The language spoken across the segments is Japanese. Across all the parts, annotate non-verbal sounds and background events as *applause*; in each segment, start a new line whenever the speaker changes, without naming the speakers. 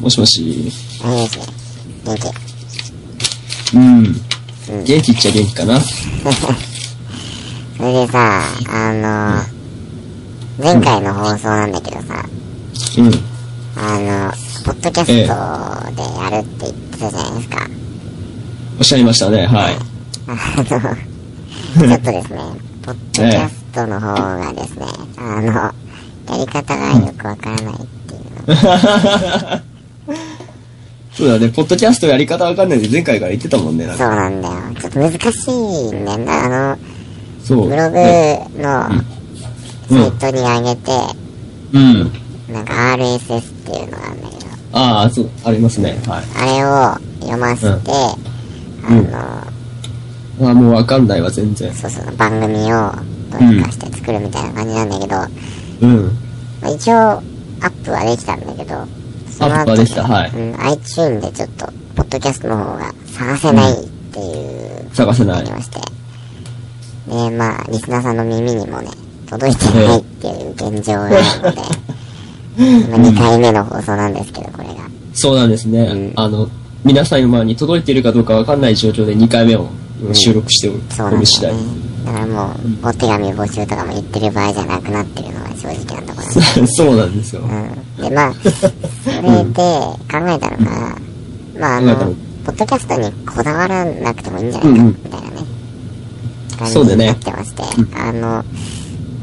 もしもし、
もしもし。
もしもし、元気。
うん。
うん
元気っちゃ元気かな。
それでさ、あの、前回の放送なんだけどさ、
うん。
あの、ポッドキャストでやるって言ってたじゃないですか。
おっしゃいましたね。はい。
あの、ちょっとですね、ポッドキャストの方がですね、あの、やり方がよくわからないっていうの。
*laughs* そうだね。ポッドキャストやり方わかんないで前回から言ってたもんね。なん
そう
か
なんだよ。ちょっと難しいんだよな。あの、
そう。
ブログ
ね
の
うん
サイトに上げて、
うん。
なんか RSS っていうのがあるんだけど、
ああ、そう、ありますね。はい。
あれを読ませて、
うん
あの、
ああ、もうわかんないわ、全然。
そうそう、番組をどうにかして作るみたいな感じなんだけど、
うん。
まあ一応、アップはできたんだけど、その後
アップはできたはい
うん、iTune でちょっと、ポッドキャストの方が探せないっていう、
探せない
あり。まして。で、まあ、リスナーさんの耳にもね、届いてないっていう現状がある
*laughs*
ので、今2回目の放送なんですけど、これが。
そうなんですね。
うん
あの、皆さん今に届いているかどうかわかんない状況で2回目を今収録してお
そう
る、
なん
お
で
る
す
次
よ
第
ね。。だからもう、お手紙募集とかも言ってる場合じゃなくなってるのが正直なところなんで
*laughs* そうなんですよ。
うんでまあそれで考えたのが、まああの
考えたの
ポッドキャストにこだわらなくてもいいんじゃないか
うんう
み
ん
たいなね、
そう
感じに
だね
なってまして、あの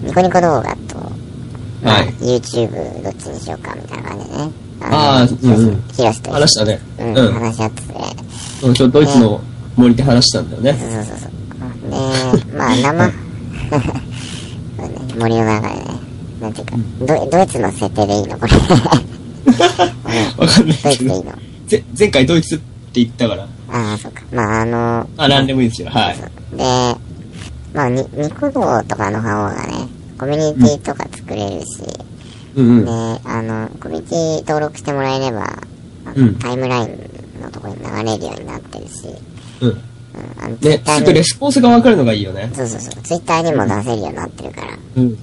ニコニコ動画と、まあ
はい
YouTube どっちにしようかみたいな感じでね
あ
の
ーうんうん
ヒロシと一緒に
話したね。
う
うんん。
話し合ってて
そう今日ドイツの森で話したんだよね。
そうそうそうそうでまあ生 *laughs* そうね森の中でねなんていうか、ドイドイツの設定でいいのこ
*laughs*
れ
わかんない
ドイ
け
ツでいい
ど。
の
ぜ前回ドイツって言ったから。
ああ、そうか。まあ、あの、
あ、なんでもいいですよ。はい。
で、まあ、に、ニコ動とかの方がね、コミュニティとか作れるし、
う
で、
んうん。
あの、コミュニティ登録してもらえれば、あの
うん
タイムラインのところに流れるようになってるし、
うん。
うん、あの、
ね、
Twitter
すぐレ
に、
スポンスがわかるのがいいよね。
そうそうそう、ツイッターにも出せるようになってるから、
うん。
で、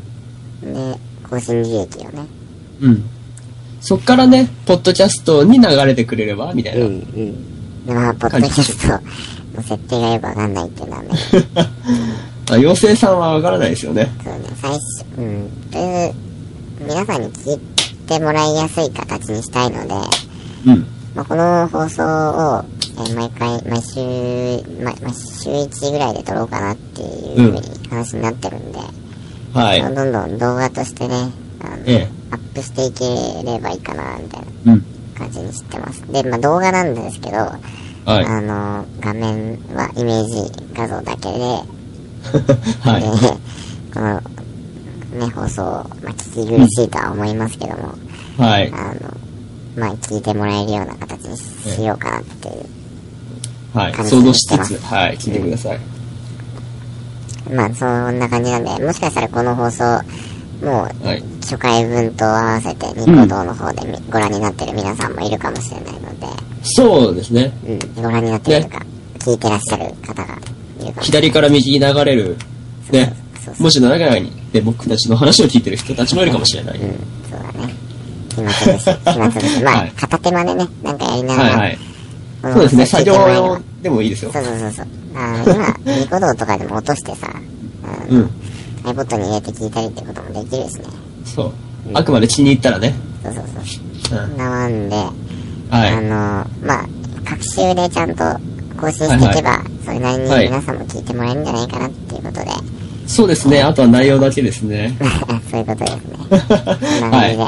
更新利益をね、
うん。そっからね、ポッドキャストに流れてくれれば、みたいな。
うん。で、まあ、ポッドキャストの設定がよくわかんないっていうのはね、
*laughs* あ妖精さんはわからないですよね。
そうね、最初、うん、という、皆さんに聞いてもらいやすい形にしたいので、
うん。
まあ、この放送を、えー毎回、毎週、ま、まあ週1ぐらいで撮ろうかなっていうふうに話になってるんで、
はい。
どんどん動画としてね、あの
ええ。
アップしていければいいかな、みたいな
うん。
感じにしてます。で、まあ、動画なんですけど、
はい。
あの、画面はイメージ画像だけで、
*laughs* は
え
い。
ー *laughs* この、ね、放送、まあ、聞き苦しいとは思いますけども、
はい。
あの、まあ、聞いてもらえるような形にしようかなっていう。
はい。
感じ
想像しつ
で
つ、はい。聞いてください。
まあ、そんな感じなんで、もしかしたらこの放送、もう、
はい。
初回分と合わせて、ニコ動の方でみご覧になってる皆さんもいるかもしれないので、
そうですね。
うん、ご覧になってるというか、聞いてらっしゃる方がいるかもしれない。
左から右に流れる、ね。
そうそう
文字の中に、で、僕たちの話を聞いてる人たちもいるかもしれない。
うん、そうだね。暇つぶし、
*laughs*
暇つぶし。まあ、
はい
片手間でね、なんかやりなが
はい
ら、
はい。
ん
そうですね。
聞い
作
て
業
もらえれば
用でもいいですよ
そ。うそうそうそう。あの今、ニコ動とかでも落としてさ、あ
う
の
ん。
iPod に入れて聞いたりってこともできるしね。
そう。あくまで気に入ったらね。
そうそうそう。
うん。
なもんで、
は
あの
い。、
まあ、各週でちゃんと更新していけば、それなりに
はい
皆さんも聞いてもらえるんじゃないかなっていうことで、 *laughs*
そうですね。あとは内容だけですね。
そういうことですね。こんな感
は
じで、
い。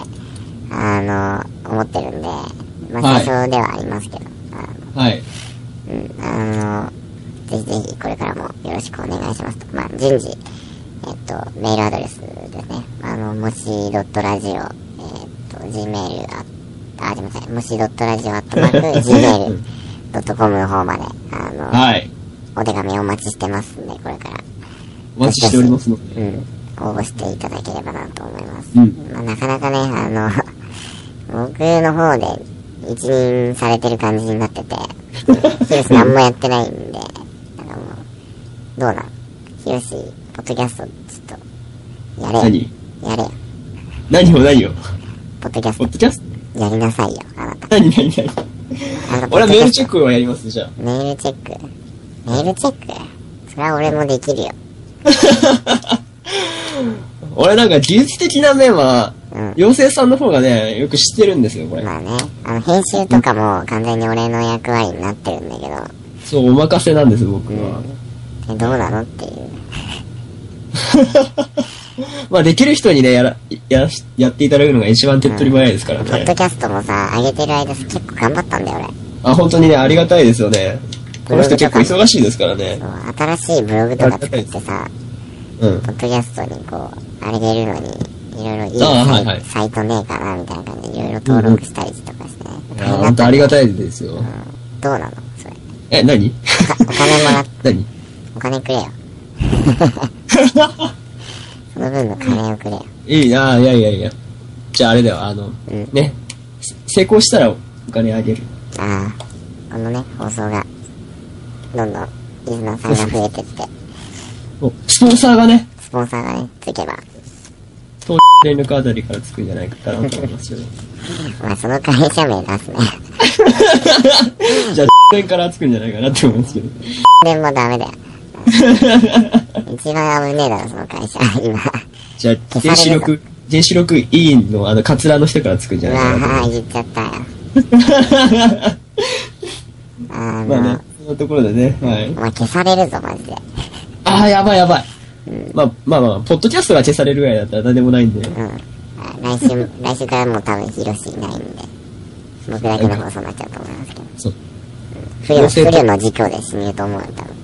あの、思ってるんで、ま
は
あ、
い
最初ではありますけど、
はい。
あの、ぜひぜひこれからもよろしくお願いしますと。まあ、順次、えっと、メールアドレスですね。あの、もし .radio、えっと、gmail、あ、あ、すみません。もし .radio、アットマーク、gmail.com の方まで、あの、
はい。
お手紙お待ちしてますんで、これから、
お待ちしておりますので。
うん、応募していただければなと思います。
うん。
まあ、なかなかね、あの、 *laughs* 僕の方で一任されてる感じになってて、ヒロシ何もやってないんで、なんかもう、どうなんヒロシ、ポッドキャスト、ちょっと、やれよ。
何
やれよ。
何を何を
ポッドキャス
ポッドキャスト
ト、やりなさいよ、あなた。
何何何
あなた
俺はメールチェッ
ク。
クをやります、じゃあ。
メールチェック。メールチェックそれは俺もできるよ。
*laughs* 俺なんか技術的な面は
うん、
妖精さんの方がね、よく知ってるんですよ、これ。
まあね、あの、編集とかも完全に俺の役割になってるんだけ
そう、お任せなんです、僕は。
ど、えどうなのっていう。
*laughs* まあ、できる人にね、やら、やらし、やっていただくのが一番手っ取り早いですから
ポッ
ね
ド。キャストもさ、上げてる間さ結構頑張ったんだよ、俺。
あ、本当にね、ありがたいですよね。この人結構忙しいですからね。
そう新しいブログとか作ってさ、
うん。
ポッドキャストにこう、あれげるのに、いろいろいいサイ,、
あはいはい
サイトねえかな、みたいな感じで、いろいろ登録したりとかして、ね
いや、本当ありがたいですよ。
うんどうなのそれ。
え、何
お金もらっ、
何 *laughs*
お金くれよ。その分の金をくれよ。
いいな、いやいやいや。じゃああれだよ、あの、
うん
ね、せ成功したらお金あげる。
ああ、このね、放送が、どんどん、リスナーさんが増えてって、
おスポンサーがね、
スポンサーがね、つけば、
東電力あたりからつくんじゃないかなと思います *laughs* けど。
まあその会社名出すね。 *laughs*
じゃあ、電からつくんじゃないかなと思いますけど。
でもダメだよ。一番危ねえだろ、その会社、今。
じゃあ、原子力、原子力委員のあの、カツラの人からつくんじゃ
う
ないかな
わあ、言っちゃったよ。あの、
と。まあね、そんなところでね、はい。
まあ消されるぞ、マジで。
ああ、やばいやばい。まあまあまあ、ポッドキャストが消されるぐらいだったら何でもないん *laughs* で。
うん。あ来週、来週からもう多分ヒロシいないんで、僕だけの放送になっちゃうと思いますけど。
そう。
不慮、不慮の事故で死ぬと思うよ、多分。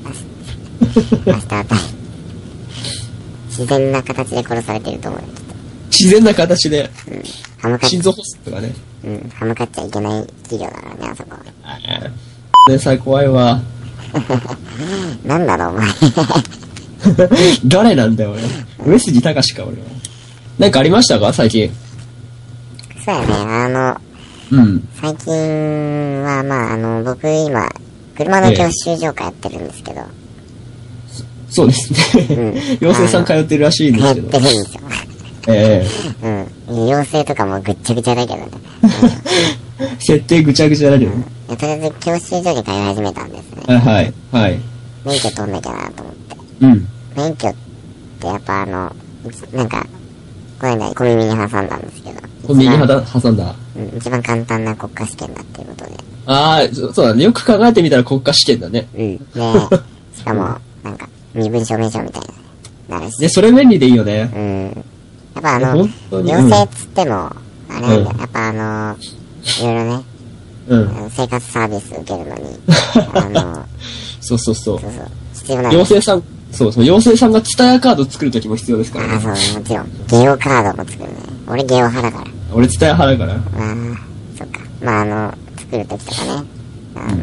明日明日あたり。自然な形で殺されてると思うよ、きっ
自然な形で、
と。うん。歯向かっ、
心臓発作とかね。
うん。歯向かっちゃいけない企業だからね、あそこ。
ああ、連載怖いわ。
*laughs*
*laughs*
なんだろう、お前。
誰なんだよ、俺。上杉隆か、俺は。なんかありましたか最近。
そうやね、あの、
うん。
最近は、まあ、あの、僕今、車の教習所かやってるんですけど、
そうですね。
うん
妖精さん通ってるらしいんで
やって
すけ
るん
ど。
ですよ。
え
うん。妖精とかもぐっちゃぐちゃだけどね。
え *laughs* 設定ぐちゃぐちゃだけど。
いやとりあえず教習所に通い始めたんですね。
はいはい。はい。
免許取んなきゃなと思って。
うん。
免許ってやっぱあの、なんか、この間小耳に挟んだんですけど。
こう右肌挟ん
一
だ。
番うん、一番簡単な国家試験だっていうことで。
ああ、そそうだね。よく考えてみたら国家試験だね。
うん。で、しかも、なんか、身分証明書みたいな、なるし。
で、それ便利でいいよね。
うん。やっぱあの、
本当に
妖精っつっても、あれなんだよ、
うん
やっぱあの、いろいろね、
うん。
あの生活サービス受けるのに、あの、
そうそうそう。
そうそう、必要なの。
妖精さん、そうそう、妖精さんがツタヤカード作るときも必要ですから
ああ、
ね。
そう、もちろん。ゲオカードも作るね。俺ゲオ派だから。
俺ツタヤ派だから。
まあ、そっか。まああの、作るときとかね、あの、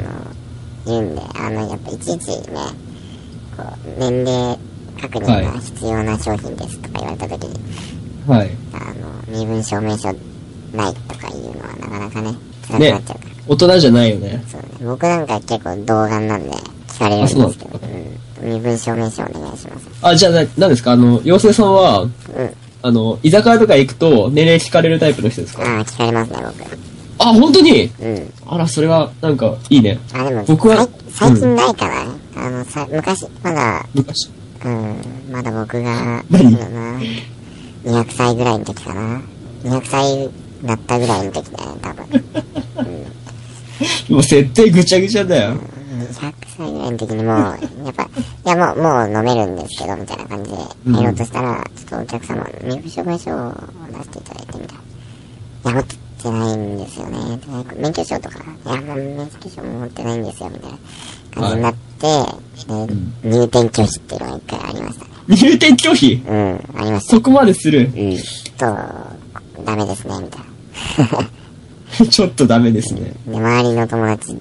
言うんで、あの、やっぱいちいちね、こう、年齢確認が必要な商品ですとか言われたときに、
はい。
あの、身分証明書ないとかいうのはなかなかね、辛くな
ね
っちゃうから。
大人じゃないよね。
そうね。僕なんか結構童顔なんで、聞かれるんですけど、うん。身分証明書お願いします。
あ、じゃあ、ななんですかあの、妖精さんは、
うん。
あの、居酒屋とか行くと年齢聞かれるタイプの人ですか
ああ、聞かれますね、
あ、本当に
僕。うん。
あら、それは、なんか、いいね。
あ、でも、
僕は
さい最近ないからね。あの、さ、昔、まだ、
昔。
うん、まだ僕が、
何
そうだな200歳ぐらいの時かな。200歳なったぐらいの時だよね、多分。
*laughs* もう設定ぐちゃぐちゃだよ。
200歳ぐらいの時にもう、やっぱ、いやもう、もう飲めるんですけど、みたいな感じで、入ろうとしたら、ちょっとお客様、身分証明書を出していただいてみたいな。いや、持ってないんですよね。で免許証とか、いや、もう免許証も持ってないんですよ、みたいな感じになって、で入店拒否っていうのが一回ありましたね。
入店拒否
うん、ありました。
そこまでする *laughs*
うん。と、ダメですね、みたいな。
ちょっとダメですね。
で、周りの友達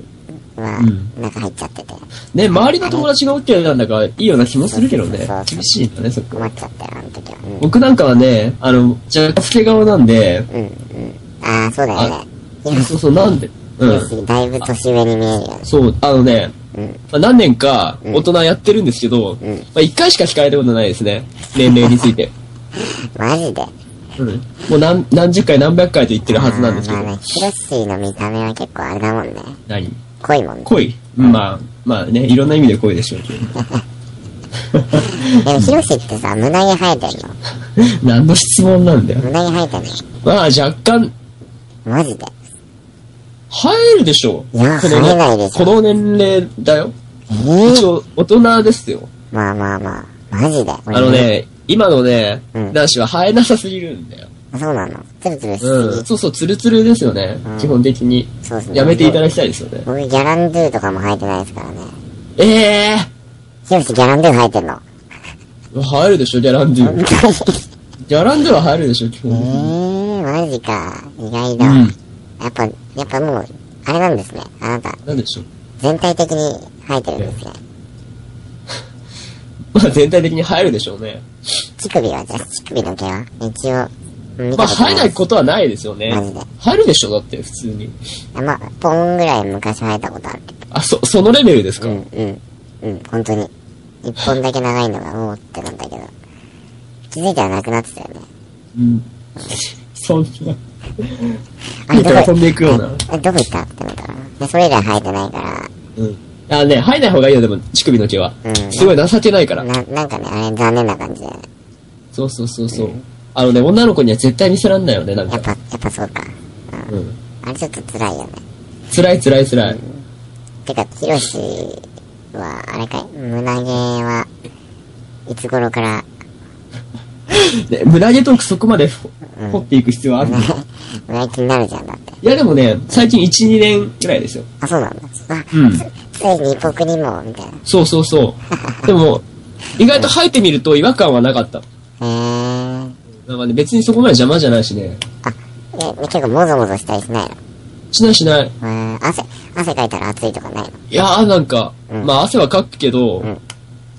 は
うん、
中入っちゃってて、
ね、周りの友達が OK なんだから、いいような気もするけど
そう
ね
そうそう。
厳しいんだね、そこ
困。っちゃったよ、あの時は。うん
僕なんかはね、あの、若干老け顔なんで、
うんうん。ああ、そうだよね。今、
そうそう、なんで、う。
うんだいぶ年上に見えるよね。
そう、あのね、
うん。
まあ、何年か
うん
大人やってるんですけ
ん
ど、まあ、1回しか聞かれたことないですね。年齢について。
マジで。
うんもう何何十回何百回と言ってるはずなんですけ
あーまあ
ど
ね、。ヒロシの見た目は結構あれだもんね。
何
濃いもんね。
恋まあ、まあね、いろんな意味で恋でしょうけど。
*laughs* でもヒロシってさ、胸毛生えてんの
何の質問なんだよ。
胸毛生えてんの
まあ若干、
マジで。
生えるでしょう。
いや
このね
生えないでしょ
この年齢だよ。
え
一
ー、
応、大人ですよ。
まあまあまあ。マジで。あ
あの。ね、今のね
うん、
男子は生えなさすぎるんだよ。
そうなの。つるつるしすぎ。
うん。そうそう、ツルツルですよね
うん。
基本的に。
そうですね。
やめていただきたいですよね。
僕、ギャランドゥとかも生えてないですからね。
ええ
ヒロシギャランドゥ生えてんの。
ー生えるでしょ、ギャランドゥ。ギャランドゥは生えるでしょ、基
え
本的に。
ー、マジか。意外だわ。
うん
やっぱ、やっぱもう、あれなんですね。あなた、
なんでしょう。
全体的に生えてるんですね。
まあ全体的に生えるでしょうね。
乳首は、じゃあ乳首の毛は一応、見
ま
た
あ
こと
生え
な
ない
い。
ことはないですよね
マジで。
生えるでしょ、だって、普通に。
あまあ、ポンぐらい昔生えたことある。
あ、そ、そのレベルです
う
か、
ん、うん、うん、本当に。一本だけ長いのが、おーってなんだけど。気づいたらなくなってたよね。
うん。そんな。
あ
いい *laughs* から飛んでいくような
あどこ行ったってなったら。で、それ以来生えてないか
うん。あね、生えない方がいいよ、でも、乳首の毛は。
うん
すごい情けないから
ら、。な、なんかね、あれ残念な感じだよね。
そうそうそうそう。あのね、女の子には絶対見せらんないよね、なん
や
か
っ。ぱ、やっぱそうか。
うん。
あれちょっと辛いよね。
辛い辛い辛い。
てか、ヒロシは、あれかい、胸毛は、いつ頃から、
で、胸毛トークそこまでほ掘っていく必要はあるの、い
胸毛気になるじゃんだって。
やでもね、最近1、2年ぐらいですよ。
あ、そうなんだ。あ、
うん
つついに僕にも、みたいな。
そうそうそう。でも、意外と生えてみると違和感はなかった。
へー。
なんかね、別にそこまで邪魔じゃないしね。
あ、え、結構もぞもぞしたりしないの
しないしない。
えー、汗、汗かいたら暑いとかないの
いやーなんか、
うん
まあ汗はかくけど、
うん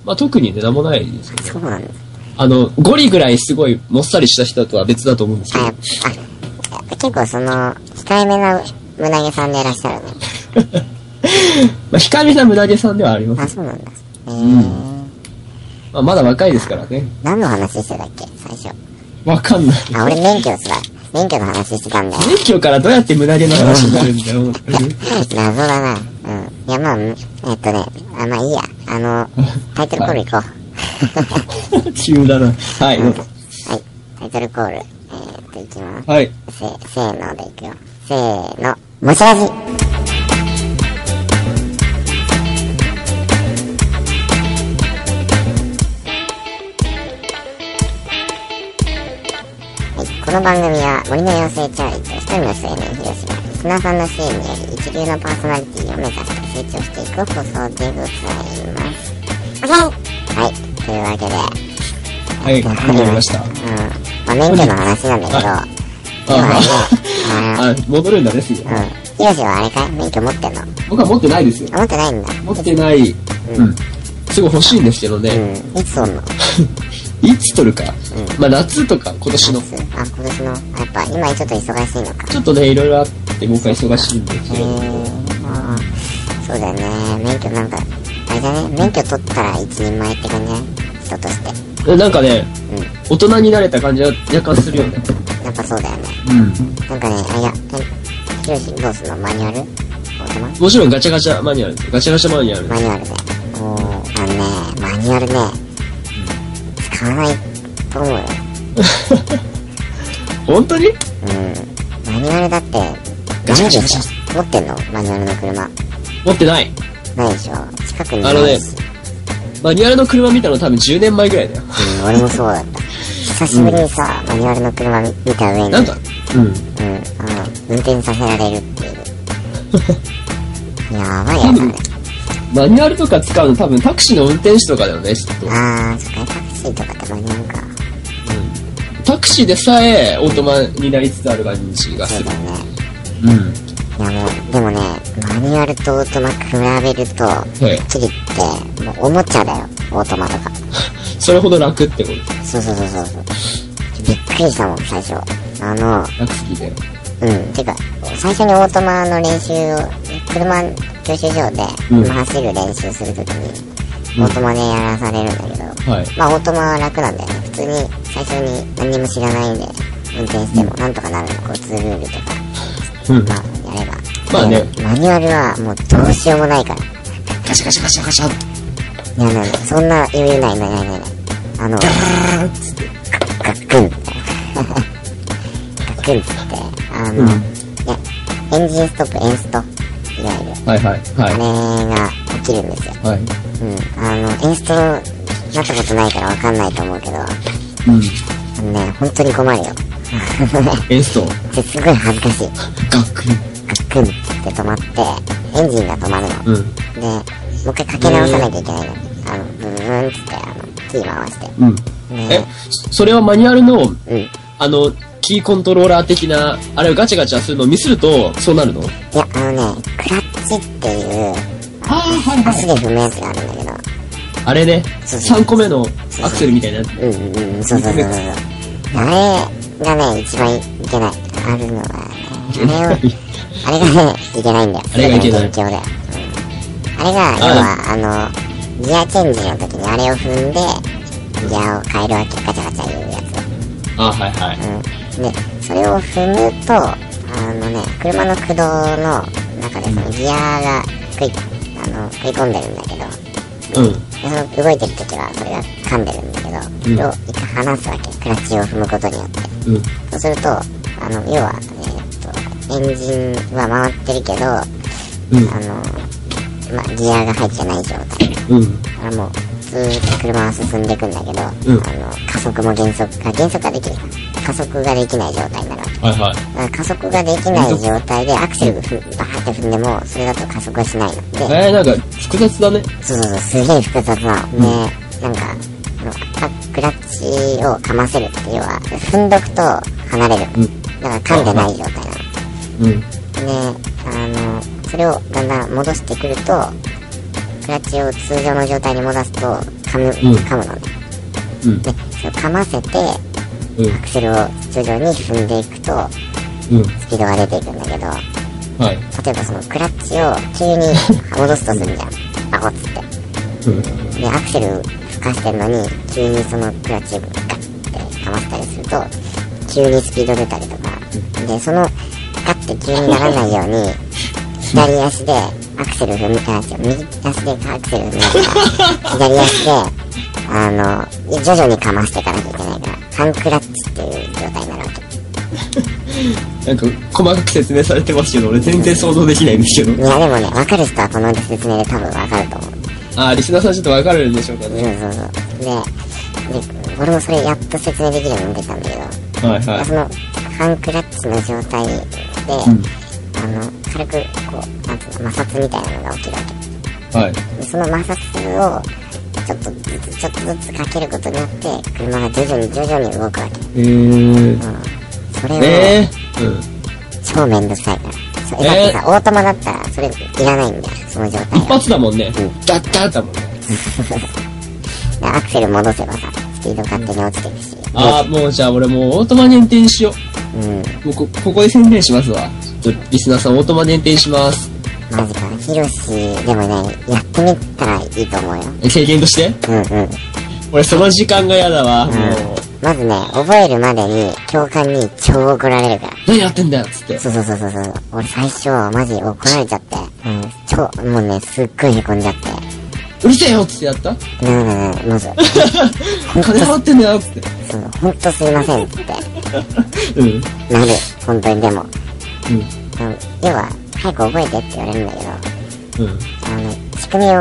まあ特にね、なんもないですよね。
そうなんだ。
あの、ゴリぐらいすごいもっさりした人とは別だと思うんですけ
あ、
ど *laughs*
やっ。ぱ、あ、結構その、控えめな胸毛さんでいらっしゃるね。
まあ、ひかみな胸毛さんではありま
あ、
す。
そうなんだ。えー、
まあ、まだ若いですからね。
何の話してたっけ最初。
わかんない。
あ、俺免許さ、免許の話してたんだ *laughs* よ。
免許からどうやって胸毛の話になるんだよ。
謎だな。うん。いや、まあ、えっとね、あ、まあいいや。あの、タイトルコール行こ。
*laughs* 急だな。はいう
うん
どう
は
ぞ。
い。タイトルコール。えー、っと、いきます。
はい。
せ、せーのでいくよ。せーの。もしらじはい、この番組は森の妖精チャーリーと一人の青年ヒロシがリスナーさんの支援により一流のパーソナリティを目指して成長していく放送でございます。はい、というわけで、
はい。わかりました。
うん、まあ、免許の話なんだけど、
あ
あ
*laughs* あ、戻るんだね、すぐ
うん。。ヒロシはあれかい免許持ってんの
僕は持ってないですよ。
あ、持ってないんだ。
持ってない。うん。すごい欲しいんですけど
う
ね。
ん。いつ取んの
いつ取るか。まあ、夏とか今年の。
夏あ、今年の。やっぱ、今ちょっと忙しいのか。
ちょっとね、いろいろあって僕は忙しいんです
へ
け
ー。
ど。
あーそうだよね。免許なんか、あれだね。免許取ったら一人前って感じね。人として。
えなんかね、
うん。
大人になれた感じは若干するよね。
やっぱそうだよね。
うん。
なんかね、あ、いや、え、ヒロシどうすんのマニュアルお手間
もちろんガチャガチャマニュアル。ガチャガチャマニュアル。
マニュアルで。おー。あのね、マニュアルね、使わないと思うよ。
本当に
うん。マニュアルだって、
ガチャガチャガチ
持ってんのマニュアルの車。
持ってない。
ないでしょ近くに
あの
な
ね
いし、
マニュアルの車見たの多分10年前ぐらいだよ。
うん、俺もそうだった久しぶりにさ、マニュアルの車見見た上に
なんか、うん。
うん、あの運転させられるっていうや
*laughs*
ばい
多
やつだ
分
ね、
マニュアルとか使うの多分タクシーの運転手とかだよね、きっと。う
あーそっかタクシーとかってマニュアルか
ん。タクシーでさえオートマになりつつある感じが
そ
す
う
る
だ。よね
うん。
いやもうでもねマニュアルとオートマ比べるとはっ
い
きり言ってもうおもちゃだよオートマとか
それほど楽ってこと。
そうそうそうそうそうびっくりしたもん最初あの
楽すぎて。
うんてか最初にオートマの練習を車教習所で、
うん
まあ走る練習するとき
うん
に、オートマでやらされるんだけど、
はい。
まあオートマは楽なんだよね。普通に最初に何にも知らないんで、運転してもなんとかなるの、交通ルールとか、
うん。
まあやれば。
まあね
でマニュアルはもうどうしようもないから。
ガシャガシャガシャガシャ。
いや、ないないそんな余裕ないないないないない。あの、
あーっつって。
ガックンみたいな。 *laughs* ガックンって言って、あの、
うん
ね、エンジンストップ、エンスト、いわゆる。
はいはい。
あれ
は
が起きるんですよ。
い。はい。
うん。あの、エンストなったことないからわかんないと思うけど、あ
うん。
のね、本当に困るよ。 *laughs*
演奏。
すごい恥ずかしい。
ガックリ。
ガックンって言って止まって、エンジンが止まるの。
うん。
で、もう一回かけ直さなきゃいけないの。あの、ブブブンって言って、あの、キー回して。
うん。え
ね、
そそれはマニュアルの、
うん。い
あの、キーコントローラー的な、あれをガチャガチャするのをミスると、そうなるの
や、あのね、クラッチっていう、
ああ、はい
足。で踏むやつがあるんだけど、
あれね、
そうそう
3個目のアクセルみたいなやつ。
うんうんうん、そうそうそうそう。あれがね、一番いけない。あるのは、ね、あれを、あれがね、いけないんだよ。
あれがいけない
勉強だよ。うん、あれが、要は、あの、ギアチェンジの時にあれを踏んで、ギアを変えるわけ、ガチャガチャいうや
ああ、はいはい。
つ。うん。で、それを踏むと、あのね、車の駆動の中でそのギアが食い、あの、食い込んでるんだけど、
うん。
その動いてる時はそれが噛んでるんだけど、
うん
それを一回離すわけクラッチを踏むことによって
うん。
そうするとあの要は、えーっとエンジンは回ってるけど、あの、まあ、ギアが入ってない状態
うん。うん。
あもうずーっと車は進んでいくんだけど、
うん
あの加速も減速が減速ができる加速ができない状態になるわけ
はいは
だ
い。
から加速ができない状態でアクセルふバーって踏んでもそれだと加速はしないので、
えー、なんか、複雑だね。
そうそうそう、すげえ複雑なの。ね、なんか、あのかクラッチをかませるっていうのは、踏んどくと離れる。
うん
だから噛んでない状態
うん。
なの。で、あの、それをだんだん戻してくると、クラッチを通常の状態に戻すと、噛む、
うん
噛むのね。
うん。
で、それを噛ませて、アクセルを通常に踏んでいくと、
うん。うん。
スピードが出ていくんだけど、
はい。
例えばそのクラッチを急に戻すとするじゃん。 *laughs* バコッつって。
うん。
でアクセル吹かしてるのに急にそのクラッチをガッてかましたりすると急にスピード出たりとかでそのガッて急にならないように左足でアクセル踏むあ違う右足でアクセル踏むから左足であの徐々にかましていかなきゃいけないから半クラッチっていう状態になるわけ
なんか、細かく説明されてますけど、俺全然想像できないんですけ
い
ど。
やでもね分かる人はこの説明で多分分かると思う
あー、リスナーさんちょっとわかるんでしょうか
そう
ね。
そうそうでで俺もそれやっと説明できるようになってきたんだけど
はいは
その半クラッチの状態で、
うん
あの軽くこうなんつうの摩擦みたいなのが起きるわ
い。はい。
けでその摩擦をちょっとずつちょっとずつかけることによって車が徐々に徐々に動くわけ
えー。
それを、
ねえ。うん。
超めんどくさいからそう
え
だってさ、オートマだったらそれいらないんだよその状態
一
は
発だもんね
うん。
ダッダッだもんね。
でアクセル戻せばさスピード勝手に落ちていくし
あー、もうじゃあ俺もうオートマに運転しよ
うん
う。もうこ、ここで宣伝しますわ。ちょっと、リスナーさんオートマで運転します。
マジかヒロシでもねやってみたらいいと思うよ
え経験として
うんうん
俺その時間が嫌だわ。もう、
まずね、覚えるまでに教官に超怒られるから。
何やってんだよっつって。
そうそうそうそうそう。俺最初マジ怒られちゃって。うん。超、もうね、すっごい凹んじゃって。
うるせえよっつってやった
なななな、もうそう、
金払ってんだよっつって。
そうほんとすいませんって。
うん。うん。
なる。本当にでも。うん。要は、早く覚えてって言われるんだけど、
うん。
あの、仕組みを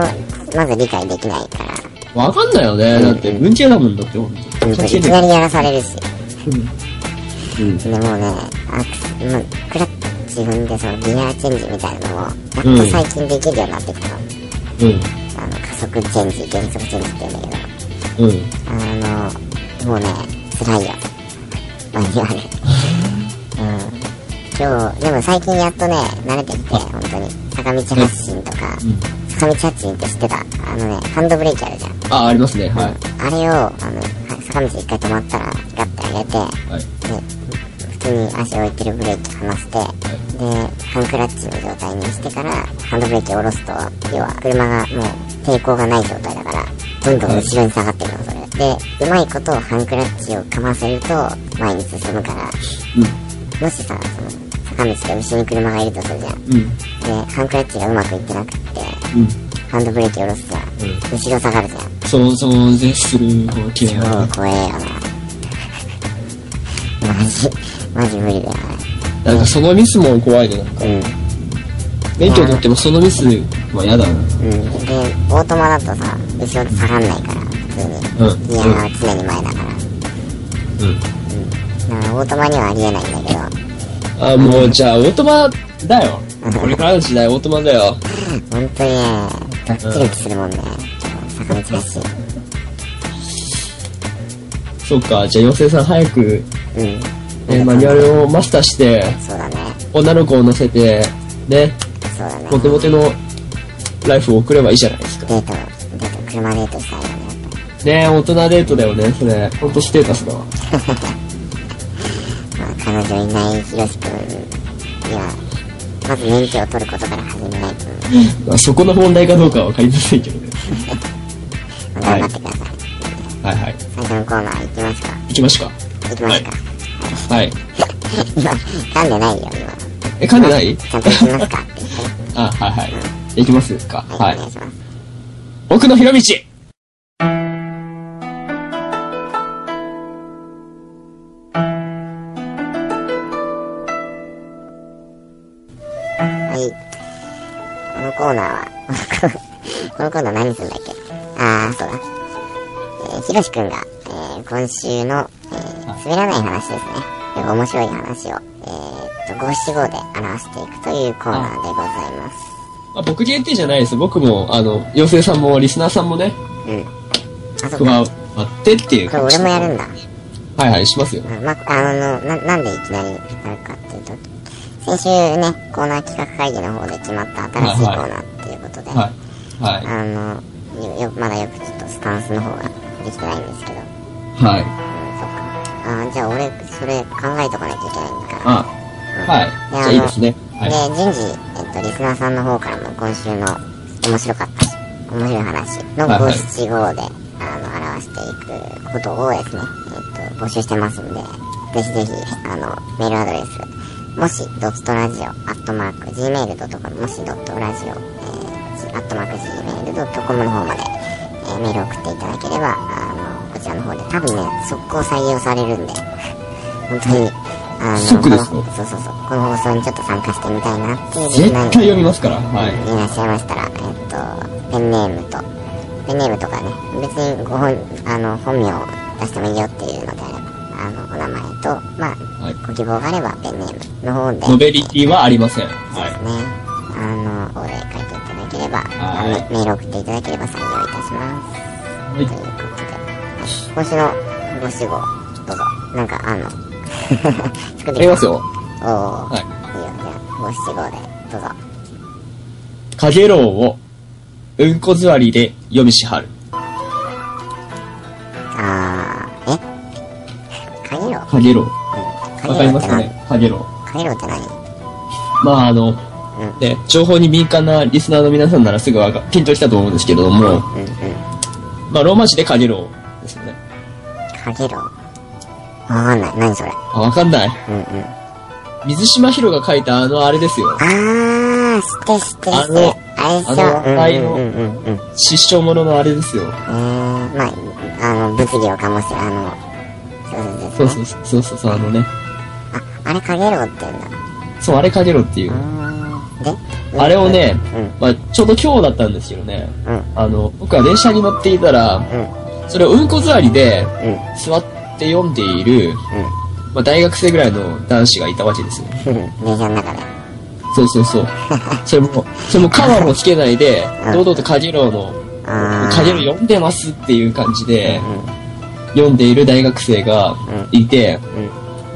まず理解できないから、
わかんないよね。だって、文系だもんだって、ほんと。
本当にいきなりやらされるし。でもうね、アクセもうクラッチ踏んでそのギアチェンジみたいなのも、やっと最近できるようになってきたの。
うん。
あの加速チェンジ減速チェンジって言うんだけ
うん。うん。
どあのもうね辛いよマニュアルうん今日でも最近やっとね慣れてきて本当に坂道発進とか、
ん
坂道発進って知ってたあのねハンドブレーキあるじゃん
あ、ありますね。はい。
あれをあのは坂道一回止まったらガッて上げて
はい。
で普通に足置いてるブレーキ離して、で、ハンクラッチの状態にしてから、ハンドブレーキを下ろすと、要は車がもう抵抗がない状態だから、どんどん後ろに下がっていくの、それ。で、うまいことハンクラッチをかませると、前に進むから、もしさ、その、坂道で後ろに車がいるとするじゃん。
うん、うん、
で、ハンクラッチがうまくいってなくって、
うん。
ハンドブレーキを下ろすじゃん。後ろ下がるじゃん。
想像でする、こう、綺麗
もう
な。
怖えよな。マジ、マジ無理だよ
なんかそのミスも怖いね。
ね。
免許取ってもそのミスは嫌だな。
うん。うん。で、オートマだとさ、後ろ下がんないから、普通
うん
に。ギアは常に前だから。だ
うん。
からオートマにはありえないんだけど、
あ、もうじゃあ、オートマだよ。これからの時代、オートマだよ。
本当にね、ドッキドキするもんね。坂道だし。
そっか、じゃあ、妖精さん早く、
うん。
ね、マニュアルをマスターして、
そうだね。
女の子を乗せて、ね、
そうだね。
モテモテのライフを送ればいいじゃないですか。
デート、デート、車デートしたいよね。
ね大人デートだよね、それ。ほんとステータスだわ。
まあ、彼女いないひろしくんには、まず免許を取ることから始めないと、
まあ、そこの問題かどうかはわかりませんけどね。
まあ頑張ってください。
はいはい。
最初のコーナー行きますか
行きましょう
行きますか、
か。はい。
今、噛んでないよ、今。
え、噛んでない
ちゃんと行きますかって言ってね。
あ、はいはい。行きますか。
は、
はい
お願
い
い。します。
奥の広道
はい。このコーナーは、このコーナー何するんだっけあー、そうだ。えー、ひろしくんが、えー、今週の、えー、滑らない話ですね。よく面白い話を、えー、っと、五七五で表していくというコーナーでございます。
あ僕限定じゃないです。僕も、あの、妖精さんもリスナーさんもね、
うん。あ、そ
加
うか。
わってっていう
これ俺もやるんだ。
はいはい、しますよ。
うんまあ、あの、な、なんでいきなりなるかっていうと、先週ね、コーナー企画会議の方で決まった新しいコ
はい
ー
は
ナーっていうことで、
はい。は
あの、よ、よまだよくちょっとスタンスの方ができてないんですけど、うん、
い。はい。
そっか。あーじゃあ俺、それ考えとかなきゃいけないんだから。
あ、はい。じゃあいいですね。はい。
で、順次、えっと、リスナーさんの方からも今週の面白かったし、面白い話の
はいは
五
い
七五で、あの、表していくことをですね、えっと、募集してますんで、ぜひぜひ、あの、メールアドレス、もし、ドットラジオ、アットマーク、gmail.com、もし、ドットラジオ、えー、アットマーク、gmail.com の方まで、えーメールを送っていただければ、あの、こちらの方で、多分ね、速攻採用されるんで、本当に、あの、
即ですか
このそうそうそう、この放送にちょっと参加してみたいなっていうリ
絶
スナー
対
に
読みますから。はい。
いらっしゃいましたら、えっと、ペンネームと、ペンネームとかね、別にご本、あの、本名を出してもいいよっていうのであれば、あの、お名前と、まあ、
はい
ご希望があればペンネームの方で、
ノベリティはありません。は
ね、あの、お礼書いていただければ、あ
はい
のメール送っていただければ採用いたします。
い。
とい
は
うことで、今週のご指号、どうぞ、なんかあんの
*laughs*
作っ
い。
て
やり
きた
ますよ。
おー、
はい。
いいよ、じゃあ、五七五で、どうぞ。
かげろうを、うんこ座りで読みしはる。
あー、えカゲロ
かげろう。
う
わかりますかねかげろう。
カゲロって何
まああの、
う
ね、情報に敏感なリスナーの皆さんならすぐわかピンときたと思うんですけれども、
うんうん。
まあローマ字でかげろうですよね。
カゲロわかんない。何それ。
あ、わかんない。
うんうん。
水島ひろが書いたあのあれですよ。
あー、知って知って知
あ
っ
の
て。あれでし
あの赤
ょ
色
うんうんうんうん。え
失笑者のあれですよ。
ー、まあ、あの、物議を醸して、あの、そうそう
そ
うそう。
そうそうそうそうそう、あのね。
あ、あれカゲロって言うんだ。
そう、あれかげろうっていう。
あーで
あれをね、
うん
まあ、ちょうど今日だったんですけどね、
うん
あの、僕は電車に乗っていたら、
うん
それをうんこ座りで
うん *laughs*
座って読んでいる、まあ、大学生ぐらいの男子がいたわけですよ。
うん。うん。電車の中で。
そうそ
*laughs*
うそう。それも、それもカバーもつけないで、堂々とカゲロウの、
あー
カゲロウ読んでますっていう感じで
う、ん
読んでいる大学生がいて、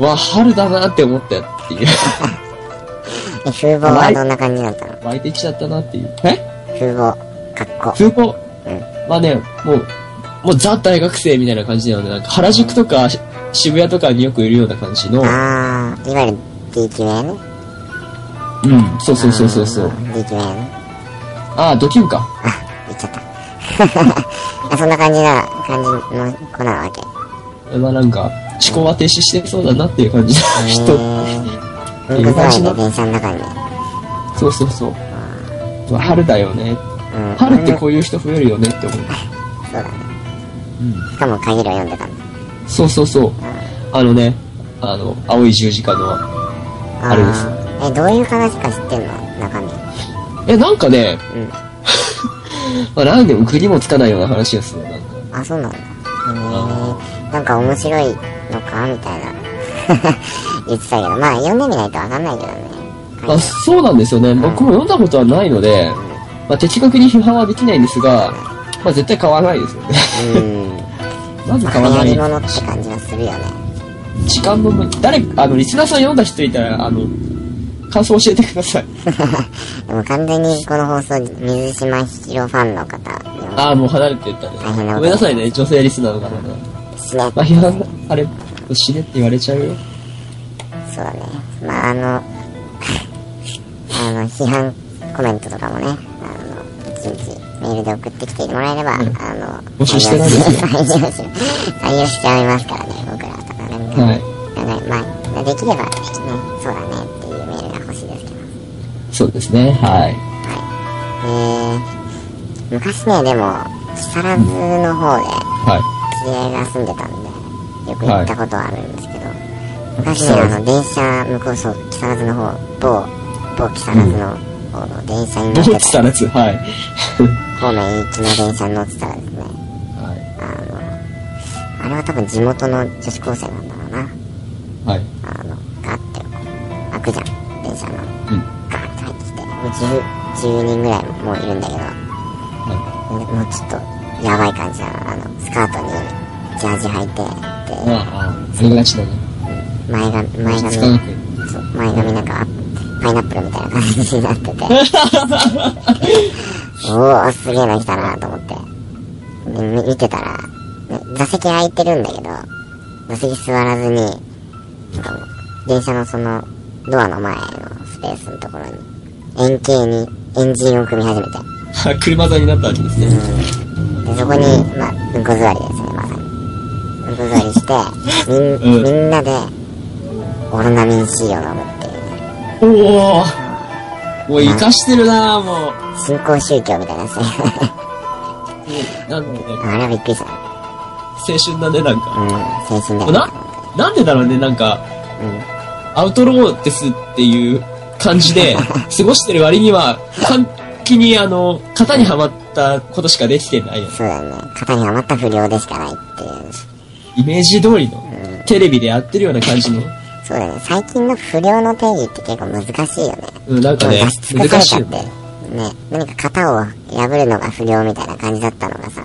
うん。
わ、春だなって思ったっていう。 *laughs*
え、風貌はどんな感じだったの
湧いてきちゃったなっていう。え
風貌、格好。
風貌
うん。
まあね、もう、もうザ大学生みたいな感じなので、なんか原宿とかし渋谷とかによくいるような感じの、
あー、いわゆる D 級名ね。
うん、そうそうそうそうそう。
ん。リキメン。
ああ、ドキュンか。
あ、言っ *laughs* ちゃった。そんな感じな、感じの子なわけ。
まあなんか、思考は停止してそうだなっていう感じの人。
うんこ具合で電車の中にね。
そうそうそう。まあ春だよね。
うん。
春ってこういう人増えるよねって思う。
そうだね。
うん。
しかも限りを読んでたんだ。
そうそうそう。あのね、あの、青い十字架の
ー
あれです
え、どういう話か知ってんの中身。
え、なんかね、
うん。
*laughs* まあ、なんでも国もつかないような話ですよ。なんか
あ、そうなんだ。へえ。なんか面白いのかみたいな。 *laughs* 言ってたけど、まあ読んでみないとわかんないけどね。
まあ、そうなんですよね。僕も読んだことはないので、まあ、的確に批判はできないんですが、まあ、絶対買わないですよね。
う
*laughs*
ん。
まず
ま
買
あ
わ
流
な
行
い
り。物って感じがするよね。
時間の無誰、あの、リスナーさん読んだ人いたら、あの、感想教えてください。
*laughs* でも完全にこの放送、水島ひきろファンの方にも、
ああ、もう離れていったね
大変。なこと
ごめんなさいね、女性リスナーの方々。
死ね
まあ、批判、あれ、死ねって言われちゃうよ。
そうだね。まあ、あの、 *laughs* あの、批判コメントとかもね、あの、いちいちメールで送ってきてもらえれば、あの、
募集してないですよ
採用し採用しちゃいますからね、僕らとかね。
はい。
なので、まあ、できれば、ね、そうだねっていうメールが欲しいですけど。
そうですね、はい。
はい。えー、昔ね、でも、木更津の方で、
は
知り合いが住んでたんで、よく行ったことはあるんですけど、昔ね、あの、電車、向こう、そう、木更津の方、某、某木更津の方の電車に
い。
乗
ど
っ
う
て
伝った
た、
らつ、はい。
方面行きの電車に乗ってたらですね、
は
あの、あれは多分地元の女子高生なんだろうな、
い。はい。
あの、ガッてこう、開くじゃん、電車の、
うん。
ガーッて入ってきて、もう10、10人ぐらいもういるんだけど、
は
もうちょっと、やばい感じだな、あの、スカートに、ジャージ履いて、
い。
で、
まあ、ああ、それがちだね。
前髪、前
つ
髪
か、なくて。
そう前髪なんかパイナップルみたいな感じにな
*laughs*
ってておおすげえの来たなと思ってみみ見てたらね座席空いてるんだけど座席座らずになんかもう電車のそのドアの前のスペースのところに円形にエンジンを組み始めて
はい *laughs* 車座になったわけですね。
でそこに、まあ、うんこ座りですねまさにうんこ座りしてみん,、
うん
みんなでオロナミン C を飲むっていうね
おおもう生かしてるなぁ、もう。
新興宗教みたいなやつね。
なんだろうね、
*laughs* あれはびっくりした。
青春だね、なんか。
うん、青春だよ。
な、なんでだろうね、なんか、
うん。
アウトローですっていう感
*laughs*
じで、過ごしてる割には、完璧にあの、型にはまったことしかできてないよね。
そうだよね。肩に余った不良でしかないっていう。
イメージ通りの、テレビでやってるような感じの。
そうだよね。最近の不良の定義って結構難しいよね。
うん、なんかね
もう出し、尽く
難し
さ
い
れ
よ
たっ
ね。
て。ね、何か型を破るのが不良みたいな感じだったのがさ、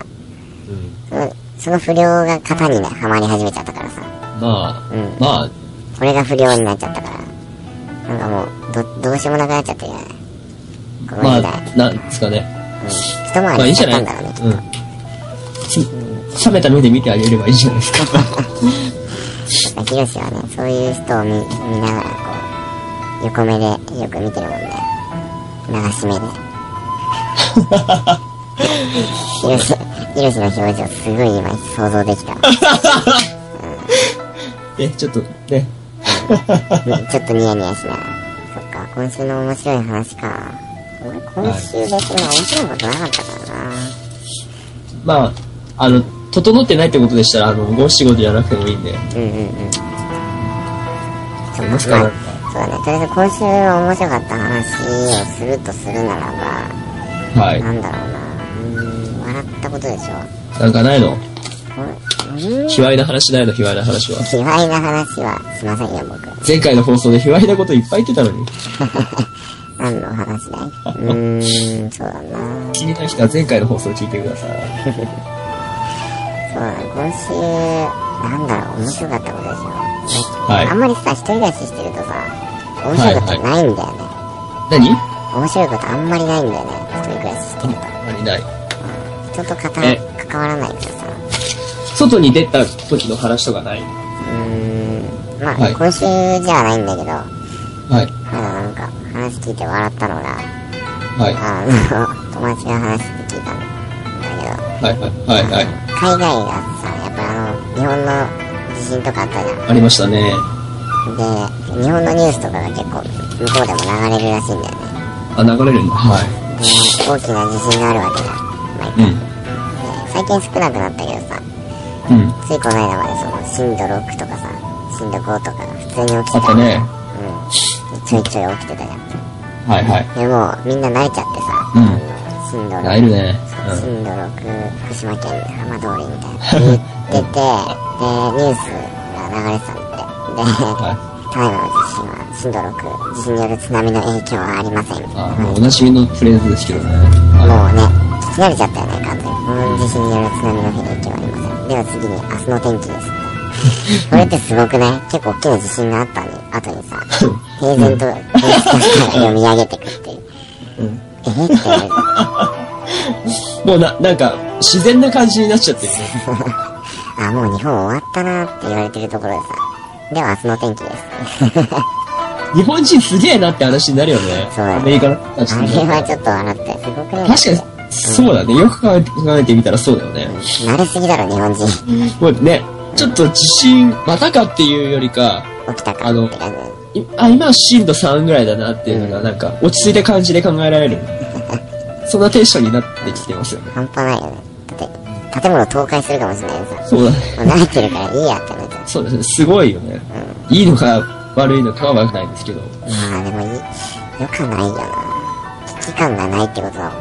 うん
そのその不良が型にね、はまり始めちゃったからさ、
まあ、
うん
まあ、
これが不良になっちゃったから、なんかもう、ど、どうしようもなくなっちゃってるよね。この
ま
時代、
あ、なんですかね。
うん。一回
まあい
り
いん
し
じ
ち
ゃ
ゃっ
な
た
い
んだろうね、きっと
うん。つ冷めた目で見てあげればいいじゃ
*laughs*
ないですか。
ヒロシはね、そういう人を見見ながら、こう、横目でよく見てるもんね。流し目で。ヒロシ、ヒロシの表情、すごい今、想像できたわ。
え、ちょっと、ね。 *laughs*
うんちょっとニヤニヤしながら。そっか、今週の面白い話か。俺、今週別に面白いことなかったからな。
まあ、あの、整ってないってことでしたら、あの、五七五でやらなくてもいいんで。
うんうんうん。ちょ、もしかそうだね、とりあえず今週の面白かった話をするとするならば、
はい。
なんだろうなうーん笑ったことでしょ
なんかないの
これうーん
卑猥な話ないの卑猥な話は。
卑猥な話はしませんよ僕
前回の放送で卑猥なこといっぱい言ってたのに。
何の話だいうーんそうだな
気になる人は前回の放送を聞いてください。
そうだな今週なんだろう面白かったことでしょ、
はい
あんまりさ一人暮らししてるとさ面白いことないんだよね、
何
面白いことあんまりないんだよね一人暮らししてる
あまりない。
と人とかた
え
関わらないからさ
外に出た時の話とかない。
うーんまあ、
はい
今週じゃないんだけど
はい。
まだなんか話聞聞いて笑ったのが、
はい。
あの、友達が話して聞いたんだけど、
はいはいはいはい。
海外がさ、やっぱあの、日本の地震とかあったじゃん。
ありましたね。
で、日本のニュースとかが結構、向こうでも流れるらしいんだよね。
あ、流れるんだ。は
で、大きな地震があるわけじゃん。毎
い。う
回。
ん。
で最近少なくなったけどさ、
うん。
ついこの間までその、震度6とかさ、震度5とかが普通に起きて。
あったたね。
うん。ちょいちょい起きてたじゃん。
はいはい。
でも、みんな慣れちゃってさ、
うん
あの震度
なえ
6、
るね。
震度6、福島県浜通りみたいな、言ってて、で、ニュースが流れてたんで、
うん。
で、
は
ただいまの地震は震度6、地震による津波の影響はありませんみたい
い。
な。
あ、もうおなじみのフレーズですけどね。
も
は
うね、聞き慣れちゃったよね、完全に。この地震による津波の影響はありません。では次に、明日の天気です、これってすごくない結構大きな地震があったに後にさ、平然と、平然と読み上げてくっていう。
い。うん。
えーってなる。
もうな、なんか、自然な感じになっちゃってるね。
あ、もう日本終わったなって言われてるところでさ。では明日の天気です。
*laughs* 日本人すげえなって話になるよね。
そうだね
アメリカの人たち
あ
っ
れ
て
はちょっと笑って、すごくね。
確かに、そうだね。よく考え考えてみたらそうだよね。
慣れすぎだろ、日本人。起
もうね、ちょっと地震、またかっていうよりか、
きたか
あの
って感じ。
いあ、今は震度3ぐらいだなっていうのが、なんか、落ち着いた感じで考えられ *laughs* る。そんなテンションになってきてますよね。
半端ないよね。だって、建物倒壊するかもしれないのさ。
そうだね。
もう慣れてるからいいやってなっちゃう。
そうですね。すごいよね。いいのか悪いのかは悪くないんですけど。
まあでもいい、よくないよな。危機感がないってことだもんね。